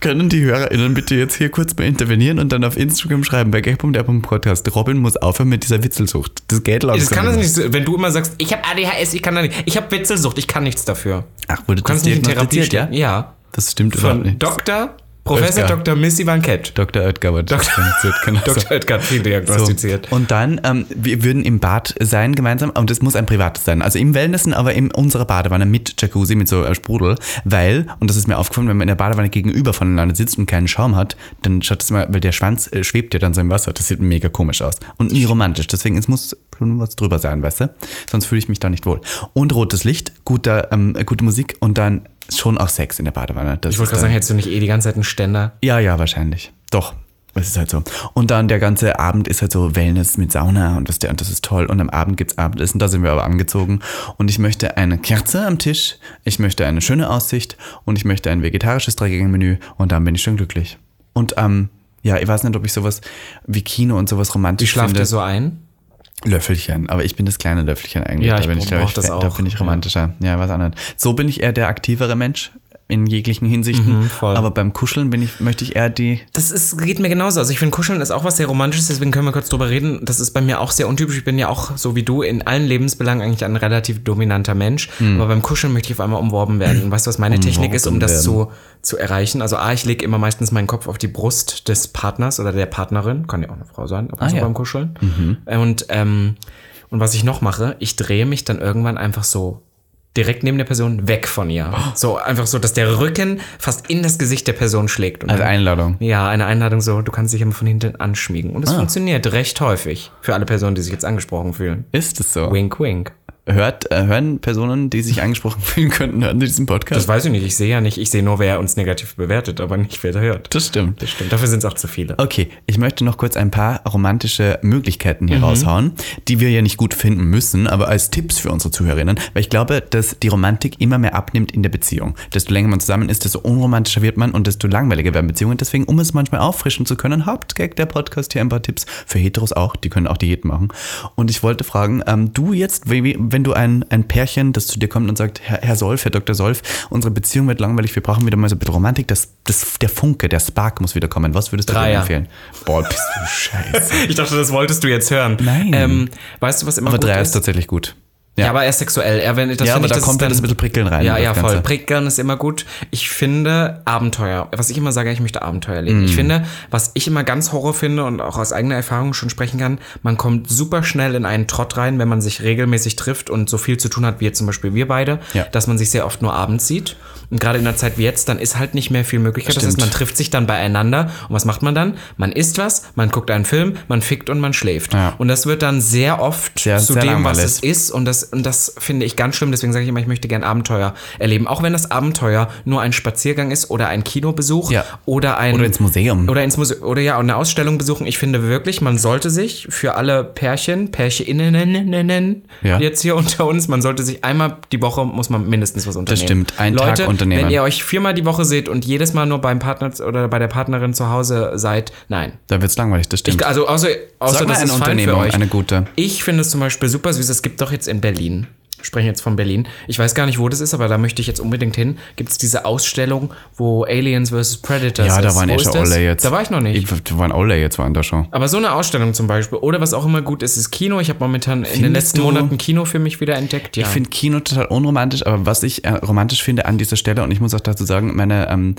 Können die HörerInnen bitte jetzt hier kurz mal intervenieren und dann auf Instagram schreiben bei gag.der.podcast. Robin muss aufhören mit dieser Witzelsucht. Das geht langsam.
Das kann das nicht, so- wenn du immer sagst, ich habe ADHS, ich kann da nicht. Ich habe Witzelsucht, ich kann nichts dafür.
Ach, wurde
Du kannst nicht in Therapie
diagnostiziert,
stehen.
ja?
Ja.
Das stimmt überhaupt
Von
nicht.
Dr. Professor
Oetker.
Dr. Missy Van Kett.
Dr. Oetker wurde diagnostiziert. Genau so.
Dr. Oetker hat viel diagnostiziert.
So. Und dann, ähm, wir würden im Bad sein gemeinsam, und das muss ein privates sein. Also im Wellnessen, aber in unserer Badewanne mit Jacuzzi, mit so äh, Sprudel, weil, und das ist mir aufgefallen, wenn man in der Badewanne gegenüber voneinander sitzt und keinen Schaum hat, dann schaut das mal, weil der Schwanz äh, schwebt ja dann so im Wasser. Das sieht mega komisch aus. Und nie romantisch. Deswegen, es muss schon was drüber sein, weißt du? Sonst fühle ich mich da nicht wohl. Und rotes Licht, guter, ähm, gute Musik und dann schon auch Sex in der Badewanne. Das
Ich wollte gerade sagen, hättest du nicht eh die ganze Zeit einen Ständer?
ja, ja, wahrscheinlich. Doch. Es ist halt so. Und dann der ganze Abend ist halt so Wellness mit Sauna und das, und das ist toll. Und am Abend gibt's Abendessen, da sind wir aber angezogen. Und ich möchte eine Kerze am Tisch, ich möchte eine schöne Aussicht und ich möchte ein vegetarisches Dreigänge-Menü und dann bin ich schon glücklich. Und ähm, ja, ich weiß nicht, ob ich sowas wie Kino und sowas romantisch
Schlaft
finde.
ihr so ein?
Löffelchen, aber ich bin das kleine Löffelchen eigentlich.
Ja,
da
ich
bin ich, glaub
brauch
ich
das
Da
auch.
bin ich romantischer. Ja, was anderes. So bin ich eher der aktivere Mensch in jeglichen Hinsichten.
Mhm, voll.
aber beim Kuscheln bin ich, möchte ich eher die
Das ist, geht mir genauso. Also ich finde, Kuscheln ist auch was sehr Romantisches, deswegen können wir kurz drüber reden. Das ist bei mir auch sehr untypisch. Ich bin ja auch, so wie du, in allen Lebensbelangen eigentlich ein relativ dominanter Mensch. Aber beim Kuscheln möchte ich auf einmal umworben werden. Und weißt du, was meine Technik ist, um das zu, zu erreichen? Also A, ich lege immer meistens meinen Kopf auf die Brust des Partners oder der Partnerin. Kann ja auch eine Frau sein, ab und zu
ja.
beim Kuscheln. Und, ähm, und was ich noch mache, ich drehe mich dann irgendwann einfach so direkt neben der Person weg von ihr. So einfach so, dass der Rücken fast in das Gesicht der Person schlägt. Und
Als
dann-
Einladung.
ja, eine Einladung so, du kannst dich immer von hinten anschmiegen.
Ah.
Und es funktioniert recht häufig für alle Personen, die sich jetzt angesprochen fühlen.
Ist es so?
Wink, wink.
Hört, äh, hören Personen, die sich angesprochen fühlen könnten, hören diesen Podcast?
Das weiß ich nicht, ich sehe ja nicht, ich sehe nur, wer uns negativ bewertet, aber nicht, wer da hört.
Das stimmt. Das
Stimmt, dafür sind es auch zu viele.
Okay, ich möchte noch kurz ein paar romantische Möglichkeiten hier raushauen, die wir ja nicht gut finden müssen, aber als Tipps für unsere Zuhörerinnen, weil ich glaube, dass die Romantik immer mehr abnimmt in der Beziehung. Desto länger man zusammen ist, desto unromantischer wird man und desto langweiliger werden Beziehungen. Deswegen, um es manchmal auffrischen zu können, habt Gag der Podcast hier ein paar Tipps für Heteros auch, die können auch Diät machen. Und ich wollte fragen, ähm, du jetzt, wie- wie- wenn du ein, ein Pärchen, das zu dir kommt und sagt, Herr, Herr Solf, Herr Dr. Solf, unsere Beziehung wird langweilig, wir brauchen wieder mal so ein bisschen Romantik, das, das, der Funke, der Spark muss wieder kommen. Was würdest du denen
Dreier.
empfehlen? Boah, bist du scheiße.
Ich dachte, das wolltest du jetzt hören.
Nein.
Ähm, weißt du, was immer
Aber
gut
Dreier ist
ist?
tatsächlich gut.
Ja, aber er ist sexuell. Er, wenn, das finde
ja, aber
ich,
da
das
kommt
ist
dann
dann
ein bisschen Prickeln rein.
Ja,
in
ja,
das
voll.
Ganze.
Prickern ist immer gut. Ich finde Abenteuer. Was ich immer sage, ich möchte Abenteuer erleben.
Mhm.
Ich finde, was ich immer ganz Horror finde und auch aus eigener Erfahrung schon sprechen kann, man kommt super schnell in einen Trott rein, wenn man sich regelmäßig trifft und so viel zu tun hat, wie jetzt zum Beispiel wir beide,
Ja.
dass man sich sehr oft nur abends sieht. Und gerade in der Zeit wie jetzt, dann ist halt nicht mehr viel Möglichkeit. Das heißt, man
Stimmt.
trifft sich dann beieinander. Und was macht man dann? Man isst was, man guckt einen Film, man fickt und man schläft.
Ja.
Und das wird dann sehr oft
Sehr-
zu
sehr
dem, was
langweilig.
es ist und das, und das finde ich ganz schlimm, deswegen sage ich immer, ich möchte gern Abenteuer erleben. Auch wenn das Abenteuer nur ein Spaziergang ist oder ein Kinobesuch
Ja.
oder ein
Oder ins Museum.
oder ins Museum oder ja, eine Ausstellung besuchen. Ich finde wirklich, man sollte sich für alle Pärchen, Pärcheninnen
Ja.
jetzt hier unter uns, man sollte sich einmal die Woche muss man mindestens was unternehmen.
stimmt. Einen Tag
Leute,
unternehmen.
Wenn ihr euch viermal die Woche seht und jedes Mal nur beim Partner oder bei der Partnerin zu Hause seid, nein.
da wird's langweilig, das stimmt.
Also außer, außer
Sag mal
das
eine
ist fein für
Unternehmung,
euch.
eine gute.
Ich finde es zum Beispiel super süß. Es gibt doch jetzt in Berlin, wir sprechen jetzt von Berlin, ich weiß gar nicht, wo das ist, aber da möchte ich jetzt unbedingt hin. Gibt es diese Ausstellung, wo Aliens vs. Predators
ja,
ist?
da waren
Wo
eh
ist
schon
das?
alle jetzt.
Da war ich noch nicht.
Ich- Da waren alle jetzt, waren da schon.
aber so eine Ausstellung zum Beispiel, oder was auch immer gut ist, ist Kino. Ich habe momentan in den
Findest
letzten
du-
Monaten Kino für mich wieder entdeckt. Ja.
Ich finde Kino total unromantisch, aber was ich äh, romantisch finde an dieser Stelle, und ich muss auch dazu sagen, meine, ähm,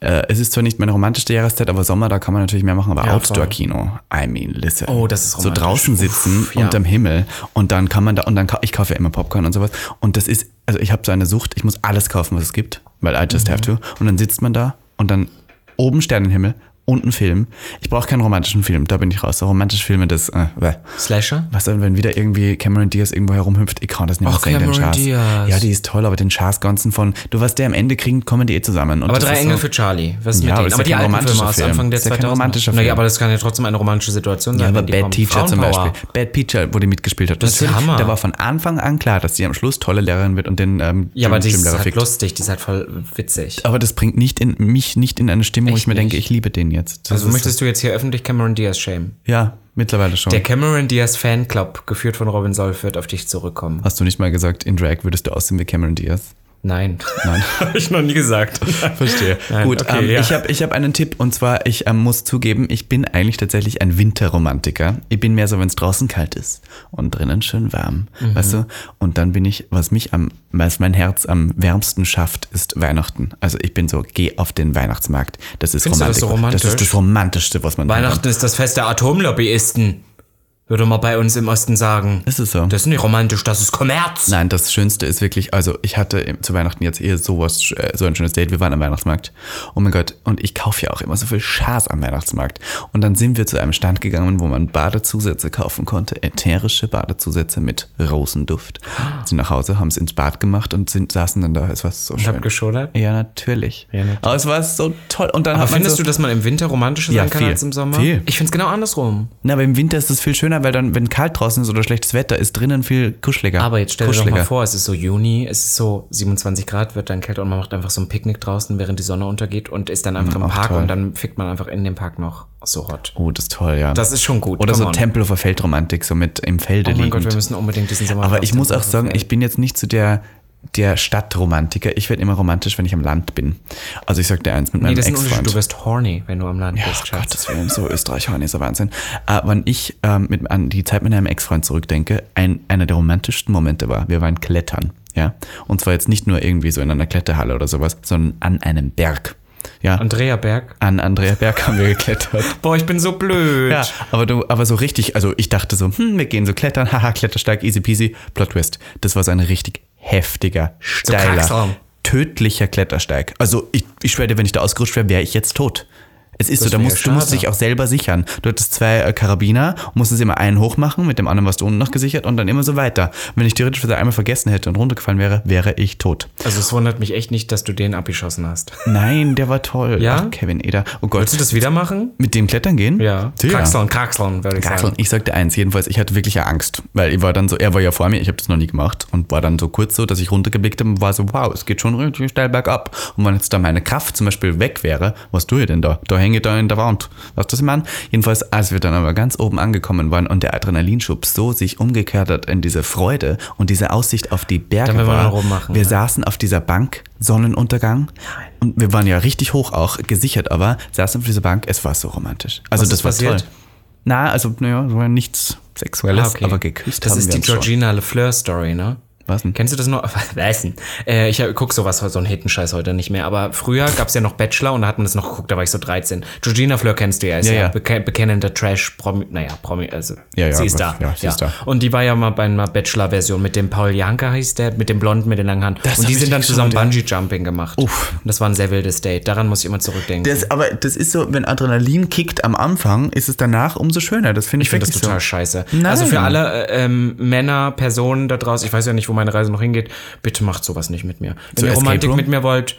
äh, es ist zwar nicht meine romantischste Jahreszeit, aber Sommer, da kann man natürlich mehr machen, aber
Ja, voll.
Outdoor-Kino, I mean, listen.
Oh, das ist
So
romantisch.
draußen sitzen,
Uff, ja.
unterm Himmel, und dann kann man da, und dann, ka- ich kaufe ja immer Popcorn und sowas, und das ist, also ich habe so eine Sucht, ich muss alles kaufen, was es gibt, weil I just
Mhm.
have to, und dann sitzt man da, und dann oben Sternenhimmel, unten Film. Ich brauche keinen romantischen Film, da bin ich raus. So romantische Filme, das, äh, bäh.
Slasher?
Was dann, wenn wieder irgendwie Cameron Diaz irgendwo herumhüpft? Ich kann das nicht mehr
Ach,
sehen, den
Cameron
Schaß.
Diaz.
Ja, die ist toll, aber den Schaß ganzen von, du was der am Ende kriegen, kommen die eh zusammen. Und
Aber
das
drei
ist
Engel
so,
für Charlie. Was ist
Ja,
mit
aber
denen?
ist ja
Aber die
kein
alten Filme
romantischer
aus
Film.
Anfang der
Ist ja kein
2000er.
romantischer
Naja,
Film.
aber das kann ja trotzdem eine romantische Situation sein.
Ja, aber
wenn die
Bad
kommen.
Teacher zum
Frauenpower.
Beispiel. Bad Teacher wurde mitgespielt. Hat.
Das ist
Natürlich,
Hammer.
Da war von Anfang an klar, dass sie am Schluss tolle Lehrerin wird und den ähm,
Ja, aber die ist
Gymlehrer
halt
fickt.
lustig, die ist halt voll witzig.
Aber das bringt nicht in, mich nicht in eine Stimmung, wo
Echt
ich mir denke,
nicht?
ich liebe den jetzt. Das
Also
ist-
möchtest du jetzt hier öffentlich Cameron Diaz schämen?
Ja, mittlerweile schon.
Der Cameron Diaz Fanclub, geführt von Robin Solf, wird auf dich zurückkommen.
Hast du nicht mal gesagt, in Drag würdest du aussehen wie Cameron Diaz?
Nein.
Nein.
Habe ich noch nie gesagt.
Verstehe.
Nein,
Gut,
okay,
ähm,
ja.
ich habe ich hab einen Tipp und zwar, ich ähm, muss zugeben, ich bin eigentlich tatsächlich ein Winterromantiker. Ich bin mehr so, wenn es draußen kalt ist und drinnen schön warm,
Mhm.
weißt du? Und dann bin ich, was mich am, was mein Herz am wärmsten schafft, ist Weihnachten. Also ich bin so, geh auf den Weihnachtsmarkt. Das ist
Findest du das
Romantik.
so
ist das Romantischste, was man machen kann.
Weihnachten ist das Fest der Atomlobbyisten, würde man bei uns im Osten sagen.
Ist es so?
Das ist nicht romantisch, das ist Kommerz.
Nein, das Schönste ist wirklich, also ich hatte im- zu Weihnachten jetzt eher sowas, sch- äh, so ein schönes Date. Wir waren am Weihnachtsmarkt. Oh mein Gott, und ich kaufe ja auch immer so viel Schaß am Weihnachtsmarkt. Und dann sind wir zu einem Stand gegangen, wo man Badezusätze kaufen konnte, ätherische Badezusätze mit Rosenduft. Sind nach Hause, haben es ins Bad gemacht und sind, saßen dann da. Es war so schön.
hab geschodert?
Ja, natürlich.
Ja, natürlich.
Aber es war so toll. Und dann
Aber
hat man
findest
so,
du, dass man im Winter romantischer
Ja,
sein kann
viel.
als im Sommer?
Viel.
Ich find's genau andersrum.
Na, aber im Winter ist es viel schöner, weil dann, wenn kalt draußen ist oder schlechtes Wetter, ist drinnen viel kuscheliger.
Aber jetzt stell dir doch
Kuscheliger.
mal vor, es ist so Juni, es ist so 27 Grad, wird dann kälter und man macht einfach so ein Picknick draußen, während die Sonne untergeht und ist dann einfach im
auch
Park
Hm, toll.
und dann fickt man einfach in dem Park noch so hot.
Oh, das ist toll, ja.
Das ist schon gut.
Oder
come
so
on.
Tempelhofer Feldromantik, so mit im Felde
Oh mein Gott,
liegend.
wir müssen unbedingt diesen Sommer.
Aber
auf
ich muss auch
Tempelhofer
sagen,
Feld.
ich bin jetzt nicht so der, der Stadtromantiker. Ich werde immer romantisch, wenn ich am Land bin. Also ich sag dir eins mit
Nee,
meinem
das ist ein Unterschied. Du
Ex-Freund.
wirst horny, wenn du am Land
Ach
bist, Schatz.
Gottes Willen, so Österreich, Horn ist der Wahnsinn. Äh, wenn ich ähm, mit, an die Zeit mit einem Ex-Freund zurückdenke, ein, einer der romantischsten Momente war, wir waren klettern. Ja? Und zwar jetzt nicht nur irgendwie so in einer Kletterhalle oder sowas, sondern an einem Berg. Ja,
Andrea Berg.
an Andrea Berg haben wir geklettert.
Boah, ich bin so blöd.
Ja, aber du, aber so richtig, also ich dachte so, hm, wir gehen so klettern, haha, Klettersteig, easy peasy, Plot Twist. Das war so ein richtig heftiger, steiler,
Kraxraum.
tödlicher Klettersteig. Also ich, ich schwöre dir, wenn ich da ausgerutscht wäre, wäre ich jetzt tot. Es ist so, da
wär
musst, du musst
schade.
dich auch selber sichern. Du hattest zwei äh, Karabiner, musstest immer einen hochmachen, mit dem anderen warst du unten noch gesichert und dann immer so weiter. Wenn ich theoretisch das einmal vergessen hätte und runtergefallen wäre, wäre ich tot.
Also es wundert mich echt nicht, dass du den abgeschossen hast.
Nein, der war toll.
Ja?
Ach, Kevin Eder. Oh Gott.
Willst du das wieder machen?
mit dem klettern gehen? Sicher.
Kraxeln, Kraxeln, würde ich
Kraxeln.
sagen.
Ich sagte eins, jedenfalls, ich hatte wirklich ja Angst, weil ich war dann so, er war ja vor mir, ich habe das noch nie gemacht und war dann so kurz so, dass ich runtergeblickt habe und war so, wow, es geht schon richtig steil bergab. Und wenn jetzt da meine Kraft zum Beispiel weg wäre, was tue ich denn da? Da hänge ich da in der Wand. Weißt du, was ich meine? Jedenfalls, als wir dann aber ganz oben angekommen waren und der Adrenalinschub so sich umgekehrt hat in diese Freude und diese Aussicht auf die Berge
Dann will man
war,
noch rummachen,
wir
ne?
saßen auf dieser Bank, Sonnenuntergang und wir waren ja richtig hoch auch, gesichert aber, saßen auf dieser Bank, es war so romantisch. Also
Was
das
ist
war
passiert?
toll. Na, also, naja, es war nichts Sexuelles, aber geküsst
Ah, Das
haben
ist
wir
die
uns schon.
Georgina LeFleur-Story, ne?
Was denn?
Kennst du das noch? Weiß nicht. Äh, ich hab- guck sowas, so einen Hetenscheiß heute nicht mehr. Aber früher gab's ja noch Bachelor und da hat man das noch geguckt, da war ich so 13. Georgina Fleur kennst du ja, ist ja,
Ja, ja.
beke- bekennender Trash-Promi, naja, Promi, also
Ja, ja,
sie ist da.
aber- ja, sie ist da.
Und die war ja mal bei einer Bachelor-Version mit dem Paul Janka hieß der, mit dem Blonden, mit den langen Haaren.
Das
und die
hab
sind
ich
dann zusammen
geschaut,
Bungee-Jumping gemacht. Uff. Und das war ein sehr wildes Date, daran muss ich immer zurückdenken.
Das, aber das ist so, wenn Adrenalin kickt am Anfang, ist es danach umso schöner. Das finde ich,
Ich finde das
wirklich
total
so.
scheiße.
Nein.
Also für alle äh, ähm, Männer, Personen da draußen, ich weiß ja nicht, wo meine Reise noch hingeht, bitte macht sowas nicht mit mir. Wenn
So
ihr
Escape
Romantik
Room?
mit mir wollt,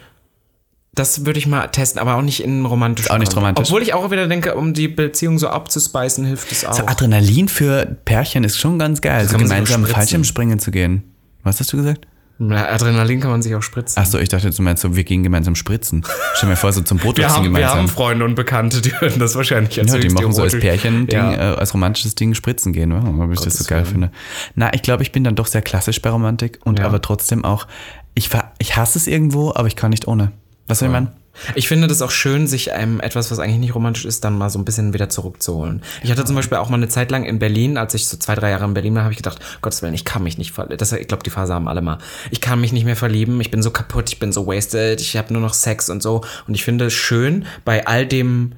das würde ich mal testen, aber auch nicht in romantischen
Auch nicht
Kontext.
romantisch.
Obwohl ich auch wieder denke, um die Beziehung so abzuspeisen, hilft es auch.
Adrenalin für Pärchen ist schon ganz geil. So
kann man sich
gemeinsam
bespritzen.
Fallschirmspringen zu gehen. Was hast du gesagt?
Na, Adrenalin kann man sich auch spritzen.
Achso, ich dachte, du meinst so, wir gehen gemeinsam spritzen. Stell mir vor, so zum Boot
wir, haben, wir
gemeinsam.
haben Freunde und Bekannte, die würden das wahrscheinlich als
ja, die
höchst
machen so als
erotisch-
Pärchen-Ding,
Ja.
äh, als romantisches Ding spritzen gehen, wow, ob ich das so
Gottes
geil finde. Na, ich glaube, ich bin dann doch sehr klassisch bei Romantik und
Ja.
aber trotzdem auch, ich, ver- ich hasse es irgendwo, aber ich kann nicht ohne. Was soll ich meinen?
Ich finde das auch schön, sich einem etwas, was eigentlich nicht romantisch ist, dann mal so ein bisschen wieder zurückzuholen. Ich hatte zum Beispiel auch mal eine Zeit lang in Berlin, als ich so zwei, drei Jahre in Berlin war, habe ich gedacht, Gottes Willen, ich kann mich nicht verlieben. Ich glaube, die Phase haben alle mal. Ich kann mich nicht mehr verlieben, ich bin so kaputt, ich bin so wasted, ich habe nur noch Sex und so. Und ich finde es schön, bei all dem,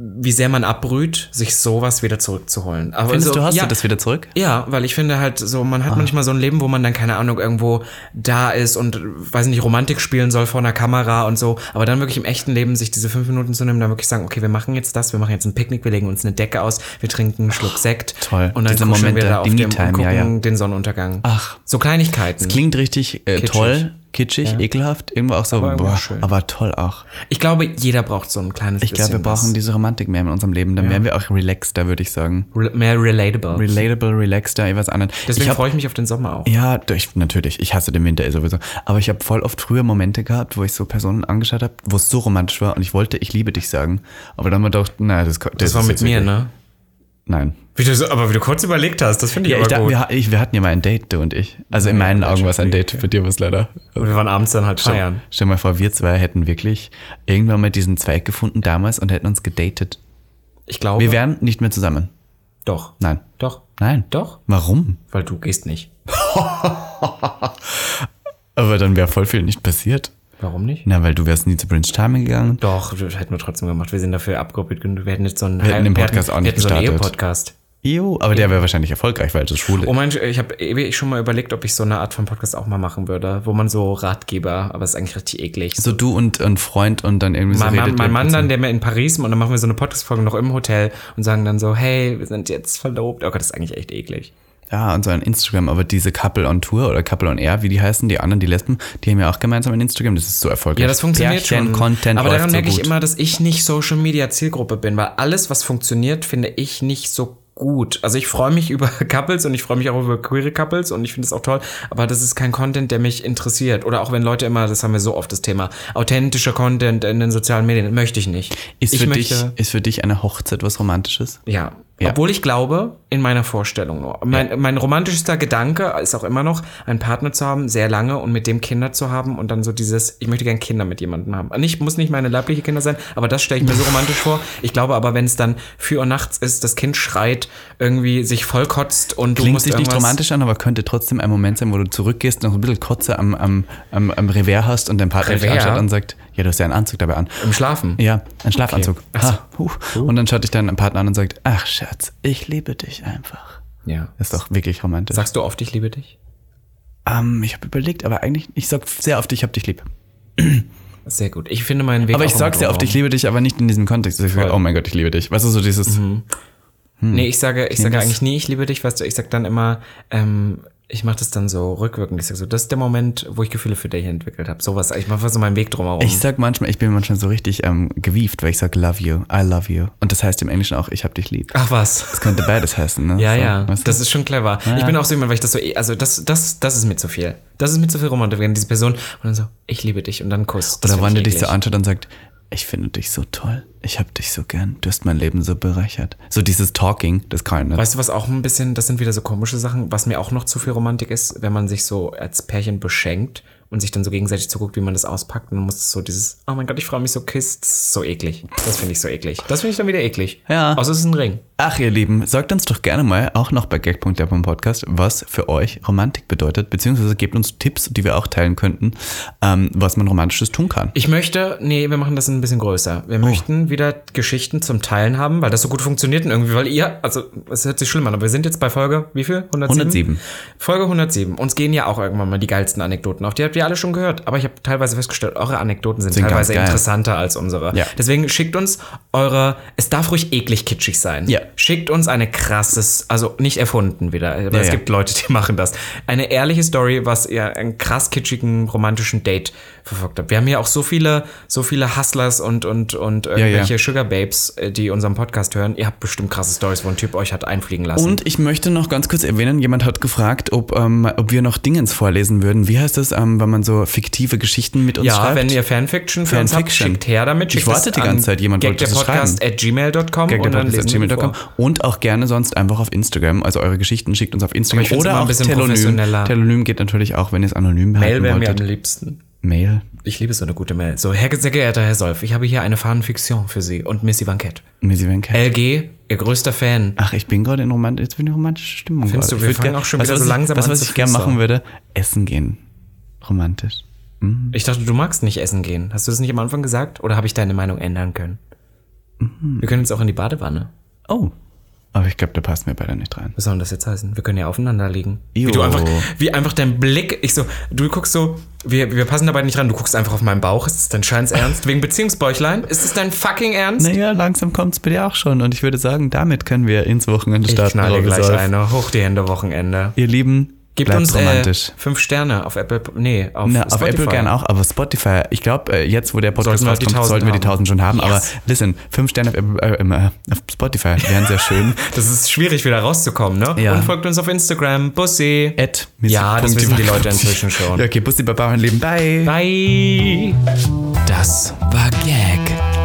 wie sehr man abbrüht, sich sowas wieder zurückzuholen. Aber
Findest
so,
du, hast
Also, ja,
du das wieder zurück?
ja, weil ich finde halt so, man
Ah.
hat manchmal so ein Leben, wo man dann keine Ahnung irgendwo da ist und weiß nicht, Romantik spielen soll vor einer Kamera und so, aber dann wirklich im echten Leben sich diese fünf Minuten zu nehmen, dann wirklich sagen, okay, wir machen jetzt das, wir machen jetzt ein Picknick, wir legen uns eine Decke aus, wir trinken einen Schluck Sekt
Ah, toll.
und dann
Diese
kuscheln
Momente,
wir da auf
die
dem und
Me-Time,
gucken
ja, ja.
den Sonnenuntergang.
Ach.
so Kleinigkeiten.
Klingt richtig äh, toll, kitschig, ekelhaft, irgendwo auch so, aber,
irgendwo
boah,
schön.
aber toll auch.
Ich glaube, jeder braucht so ein kleines
Ich glaube, wir brauchen diese Romantik mehr in unserem Leben, dann wären wir auch relaxter, würde ich sagen.
was, Re- mehr relatable.
Relatable, relaxter, etwas anderes.
Deswegen
ich hab,
freue ich mich auf den Sommer auch.
ja, durch, natürlich, ich hasse den Winter eh sowieso, aber ich habe voll oft früher Momente gehabt, wo ich so Personen angeschaut habe, wo es so romantisch war und ich wollte, ich liebe dich sagen, aber dann haben wir gedacht, na, das, das,
Das war
ist
mit
jetzt
mir,
wirklich-
ne?
Nein.
Wie du so, aber wie du kurz überlegt hast, das finde ich
Ja, ich
aber
dachte,
gut. Ah
wir, ich, wir hatten ja mal ein Date, du und ich. Also in meinen Augen war es ein Date, für dir war es leider
Und wir waren abends dann halt feiern.
Stell mal vor, wir zwei hätten wirklich irgendwann mal diesen Zweig gefunden damals und hätten uns gedatet.
Ich glaube,
Wir wären nicht mehr zusammen.
doch.
Nein.
Doch.
Nein.
Doch.
Warum?
Weil du gehst nicht.
Aber dann wäre voll viel nicht passiert.
Warum nicht?
Na, weil du wärst nie zu Prince Charming gegangen.
Doch, das hätten wir trotzdem gemacht. Wir sind dafür abgekoppelt genug. Wir hätten jetzt so einen,
hätten den Podcast
wir
auch nicht
hätten so einen
gestartet.
Ehe-Podcast.
Jo, aber der wäre wahrscheinlich erfolgreich, weil das schwul
Oh
ist.
mein, ich habe ewig schon mal überlegt, ob ich so eine Art von Podcast auch mal machen würde, wo man so Ratgeber, aber es ist eigentlich richtig eklig.
So du und ein Freund und dann irgendwie
mein
so
Mann,
redet
mein
ihr
Mann
kurz-
dann, der mir in Paris und dann machen wir so eine Podcast-Folge noch im Hotel und sagen dann so, hey, wir sind jetzt verlobt. Oh Gott, das ist eigentlich echt eklig.
Ja, und so ein Instagram, aber diese Couple on Tour oder Couple on Air, wie die heißen, die anderen, die Lesben, die haben ja auch gemeinsam ein Instagram, das ist so erfolgreich.
Ja, das funktioniert schon.
Content
aber daran
so
merke ich
gut.
immer, dass ich nicht Social Media Zielgruppe bin, weil alles, was funktioniert, finde ich nicht so gut. Also ich freue mich über Couples und ich freue mich auch über queere Couples und ich finde es auch toll, aber das ist kein Content, der mich interessiert. Oder auch wenn Leute immer, das haben wir so oft das Thema, authentischer Content in den sozialen Medien, möchte ich nicht.
Ist
ich
für,
möchte,
dich, ist für dich eine Hochzeit was Romantisches?
Ja.
Ja.
Obwohl ich glaube, in meiner Vorstellung nur. Mein, mein romantischster Gedanke ist auch immer noch, einen Partner zu haben, sehr lange und mit dem Kinder zu haben und dann so dieses, ich möchte gern Kinder mit jemandem haben. Nicht, muss nicht meine leibliche Kinder sein, aber das stelle ich mir so romantisch vor. Ich glaube aber, wenn es dann vier Uhr nachts ist, das Kind schreit, irgendwie sich vollkotzt und du
Klingt
musst
sich nicht
irgendwas-
romantisch an, aber könnte trotzdem ein Moment sein, wo du zurückgehst, noch ein bisschen Kotze am, am, am, am Revers hast und dein Partner dich
Revers?
anschaut und sagt, ja, du hast ja einen Anzug dabei an.
im Schlafen.
Ja, einen Schlafanzug.
Ach so.
Ha, huh. Und dann schaut dich dein Partner an und sagt, ach Schatz, ich liebe dich einfach.
ja.
Das ist doch wirklich romantisch.
Sagst du oft, ich liebe dich?
Ähm, ich habe überlegt, aber eigentlich, ich sag sehr oft, ich hab dich lieb.
Sehr gut. Ich finde meinen Weg.
Aber ich
auch
sag
immer
sehr oft,
so.
ich liebe dich, aber nicht in diesem Kontext. Ich sag, oh mein Gott, ich liebe dich. Weißt du, so dieses,
Mhm. Nee, ich sage, ich
nehme
sage
Hm. das-
eigentlich nie, ich liebe dich, weißt du, ich sage dann immer, ähm, ich mache das dann so rückwirkend. Ich sage so, das ist der Moment, wo ich Gefühle für dich entwickelt habe. Sowas. Ich mache so meinen Weg drumherum.
ich sag manchmal, ich bin manchmal so richtig ähm, gewieft, weil ich sag, love you, I love you. Und das heißt im Englischen auch, ich hab dich lieb.
Ach was.
Das könnte beides heißen, ne?
Ja,
so,
ja.
weißt du?
Das ist schon clever. Ich bin auch so jemand, weil ich das so, eh- also das, das, das ist mir zu viel. Das ist mir zu viel Romantik, wenn diese Person und dann so, ich liebe dich und dann Kuss. Das
Oder
find
wann
ich
der dich so
eklig.
anschaut und sagt, ich finde dich so toll, ich hab dich so gern, du hast mein Leben so bereichert. So dieses Talking, das kann ich nicht.
Weißt du, was auch ein bisschen, das sind wieder so komische Sachen, was mir auch noch zu viel Romantik ist, wenn man sich so als Pärchen beschenkt und sich dann so gegenseitig zuguckt, wie man das auspackt. Und dann muss es so dieses, oh mein Gott, ich freue mich so, Kiss. So eklig. Das finde ich so eklig. Das finde ich dann wieder eklig.
Ja.
Außer es ist ein Ring.
Ach, ihr Lieben, sagt uns doch gerne mal, auch noch bei gag.der.podcast, Podcast, was für euch Romantik bedeutet, beziehungsweise gebt uns Tipps, die wir auch teilen könnten, ähm, was man Romantisches tun kann.
Ich möchte, nee, wir machen das ein bisschen größer.
Oh.
Wir möchten wieder Geschichten zum Teilen haben, weil das so gut funktioniert und irgendwie, weil ihr, also es hört sich schlimm an, aber wir sind jetzt bei Folge, wie viel? 107?
107.
Folge 107. Uns gehen ja auch irgendwann mal die geilsten Anekdoten auf. Die habt ihr alle schon gehört, aber ich habe teilweise festgestellt, eure Anekdoten sind,
ganz
teilweise
geil.
interessanter als unsere.
Ja.
Deswegen schickt uns eure, es darf ruhig eklig kitschig sein.
Ja.
Schickt uns eine krasses, also nicht erfunden wieder, aber es
ja.
gibt Leute, die machen das. Eine ehrliche Story, was ihr einen krass kitschigen romantischen Date verfolgt habt. Wir haben hier auch so viele, so viele Hustlers und, und, und irgendwelche Sugar Babes, äh, die unseren Podcast hören. Ihr habt bestimmt krasse Stories, wo ein Typ euch hat einfliegen lassen.
Und ich möchte noch ganz kurz erwähnen, jemand hat gefragt, ob, ähm, ob wir noch Dingens vorlesen würden. Wie heißt das, ähm, wenn man so fiktive Geschichten mit uns
ja,
schreibt?
wenn ihr Fanfiction für uns habt,
Fanfiction.
schickt her damit. Schickt
warte
es
die
an
ganze Zeit, jemand wollte das
gagderpodcast at gmail.com und dann lesen wir die
gmail.com
vor.
und auch gerne sonst einfach auf Instagram. Also eure Geschichten schickt uns auf
Aber
Instagram
ich find's
oder
immer ein
auch
bisschen
telonym.
professioneller.
Telonym geht natürlich auch, wenn ihr es anonym
Mail
behalten
wäre mir am
wolltet.
liebsten.
Mail.
Ich liebe so eine gute Mail. So, Herr, sehr geehrter Herr Solf, ich habe hier eine Fanfiction für Sie und Missy Bankett.
Missy Van Cat.
LG, ihr größter Fan.
Ach, ich bin gerade in romantisch, jetzt bin ich in romantischer Stimmung.
Findest
gerade.
du, wir
Ich würd
fangen
gern-
auch schon
weißt
wieder
du,
so
was ich-
langsam
weißt du,
an
was
zu
ich gerne
flüstern?
machen würde? Essen gehen. Romantisch.
Ich dachte, du magst nicht essen gehen. Hast du das nicht am Anfang gesagt? Oder habe ich deine Meinung ändern können?
Mhm.
Wir können jetzt auch in die Badewanne.
Oh. Aber ich glaube, da passt mir beide nicht rein.
Was soll denn das jetzt heißen? Wir können ja aufeinander liegen.
Jo.
Wie du einfach, wie einfach dein Blick, ich so, du guckst so, wir, wir passen dabei nicht ran, du guckst einfach auf meinen Bauch. Ist es dein Scheins Ernst? Wegen Beziehungsbäuchlein? Ist es dein fucking Ernst?
Naja, langsam kommt es bei dir auch schon. Und ich würde sagen, damit können wir ins Wochenende
ich
starten.
knalle
Robby
gleich
Solf.
eine. Hoch die Hände, Wochenende.
Ihr Lieben,
Gebt
bleibt
uns äh,
romantisch.
fünf Sterne auf Apple, nee, auf
Na,
Spotify.
auf Apple gern auch, aber Spotify, ich glaube, jetzt, wo der Podcast
Sollten wir die
rauskommt,
1000
sollten wir die
haben.
1000 schon haben.
Yes.
Aber listen, 5 Sterne auf, Apple, äh, im, äh, auf Spotify wären sehr schön.
Das ist schwierig, wieder rauszukommen, ne?
Ja.
Und folgt uns auf Instagram. Bussi.
At
Ja, das
Missy.
wissen die Leute inzwischen schon.
Ja, okay, Bussi, Baba, mein Leben, bye.
Bye. Das war Gag.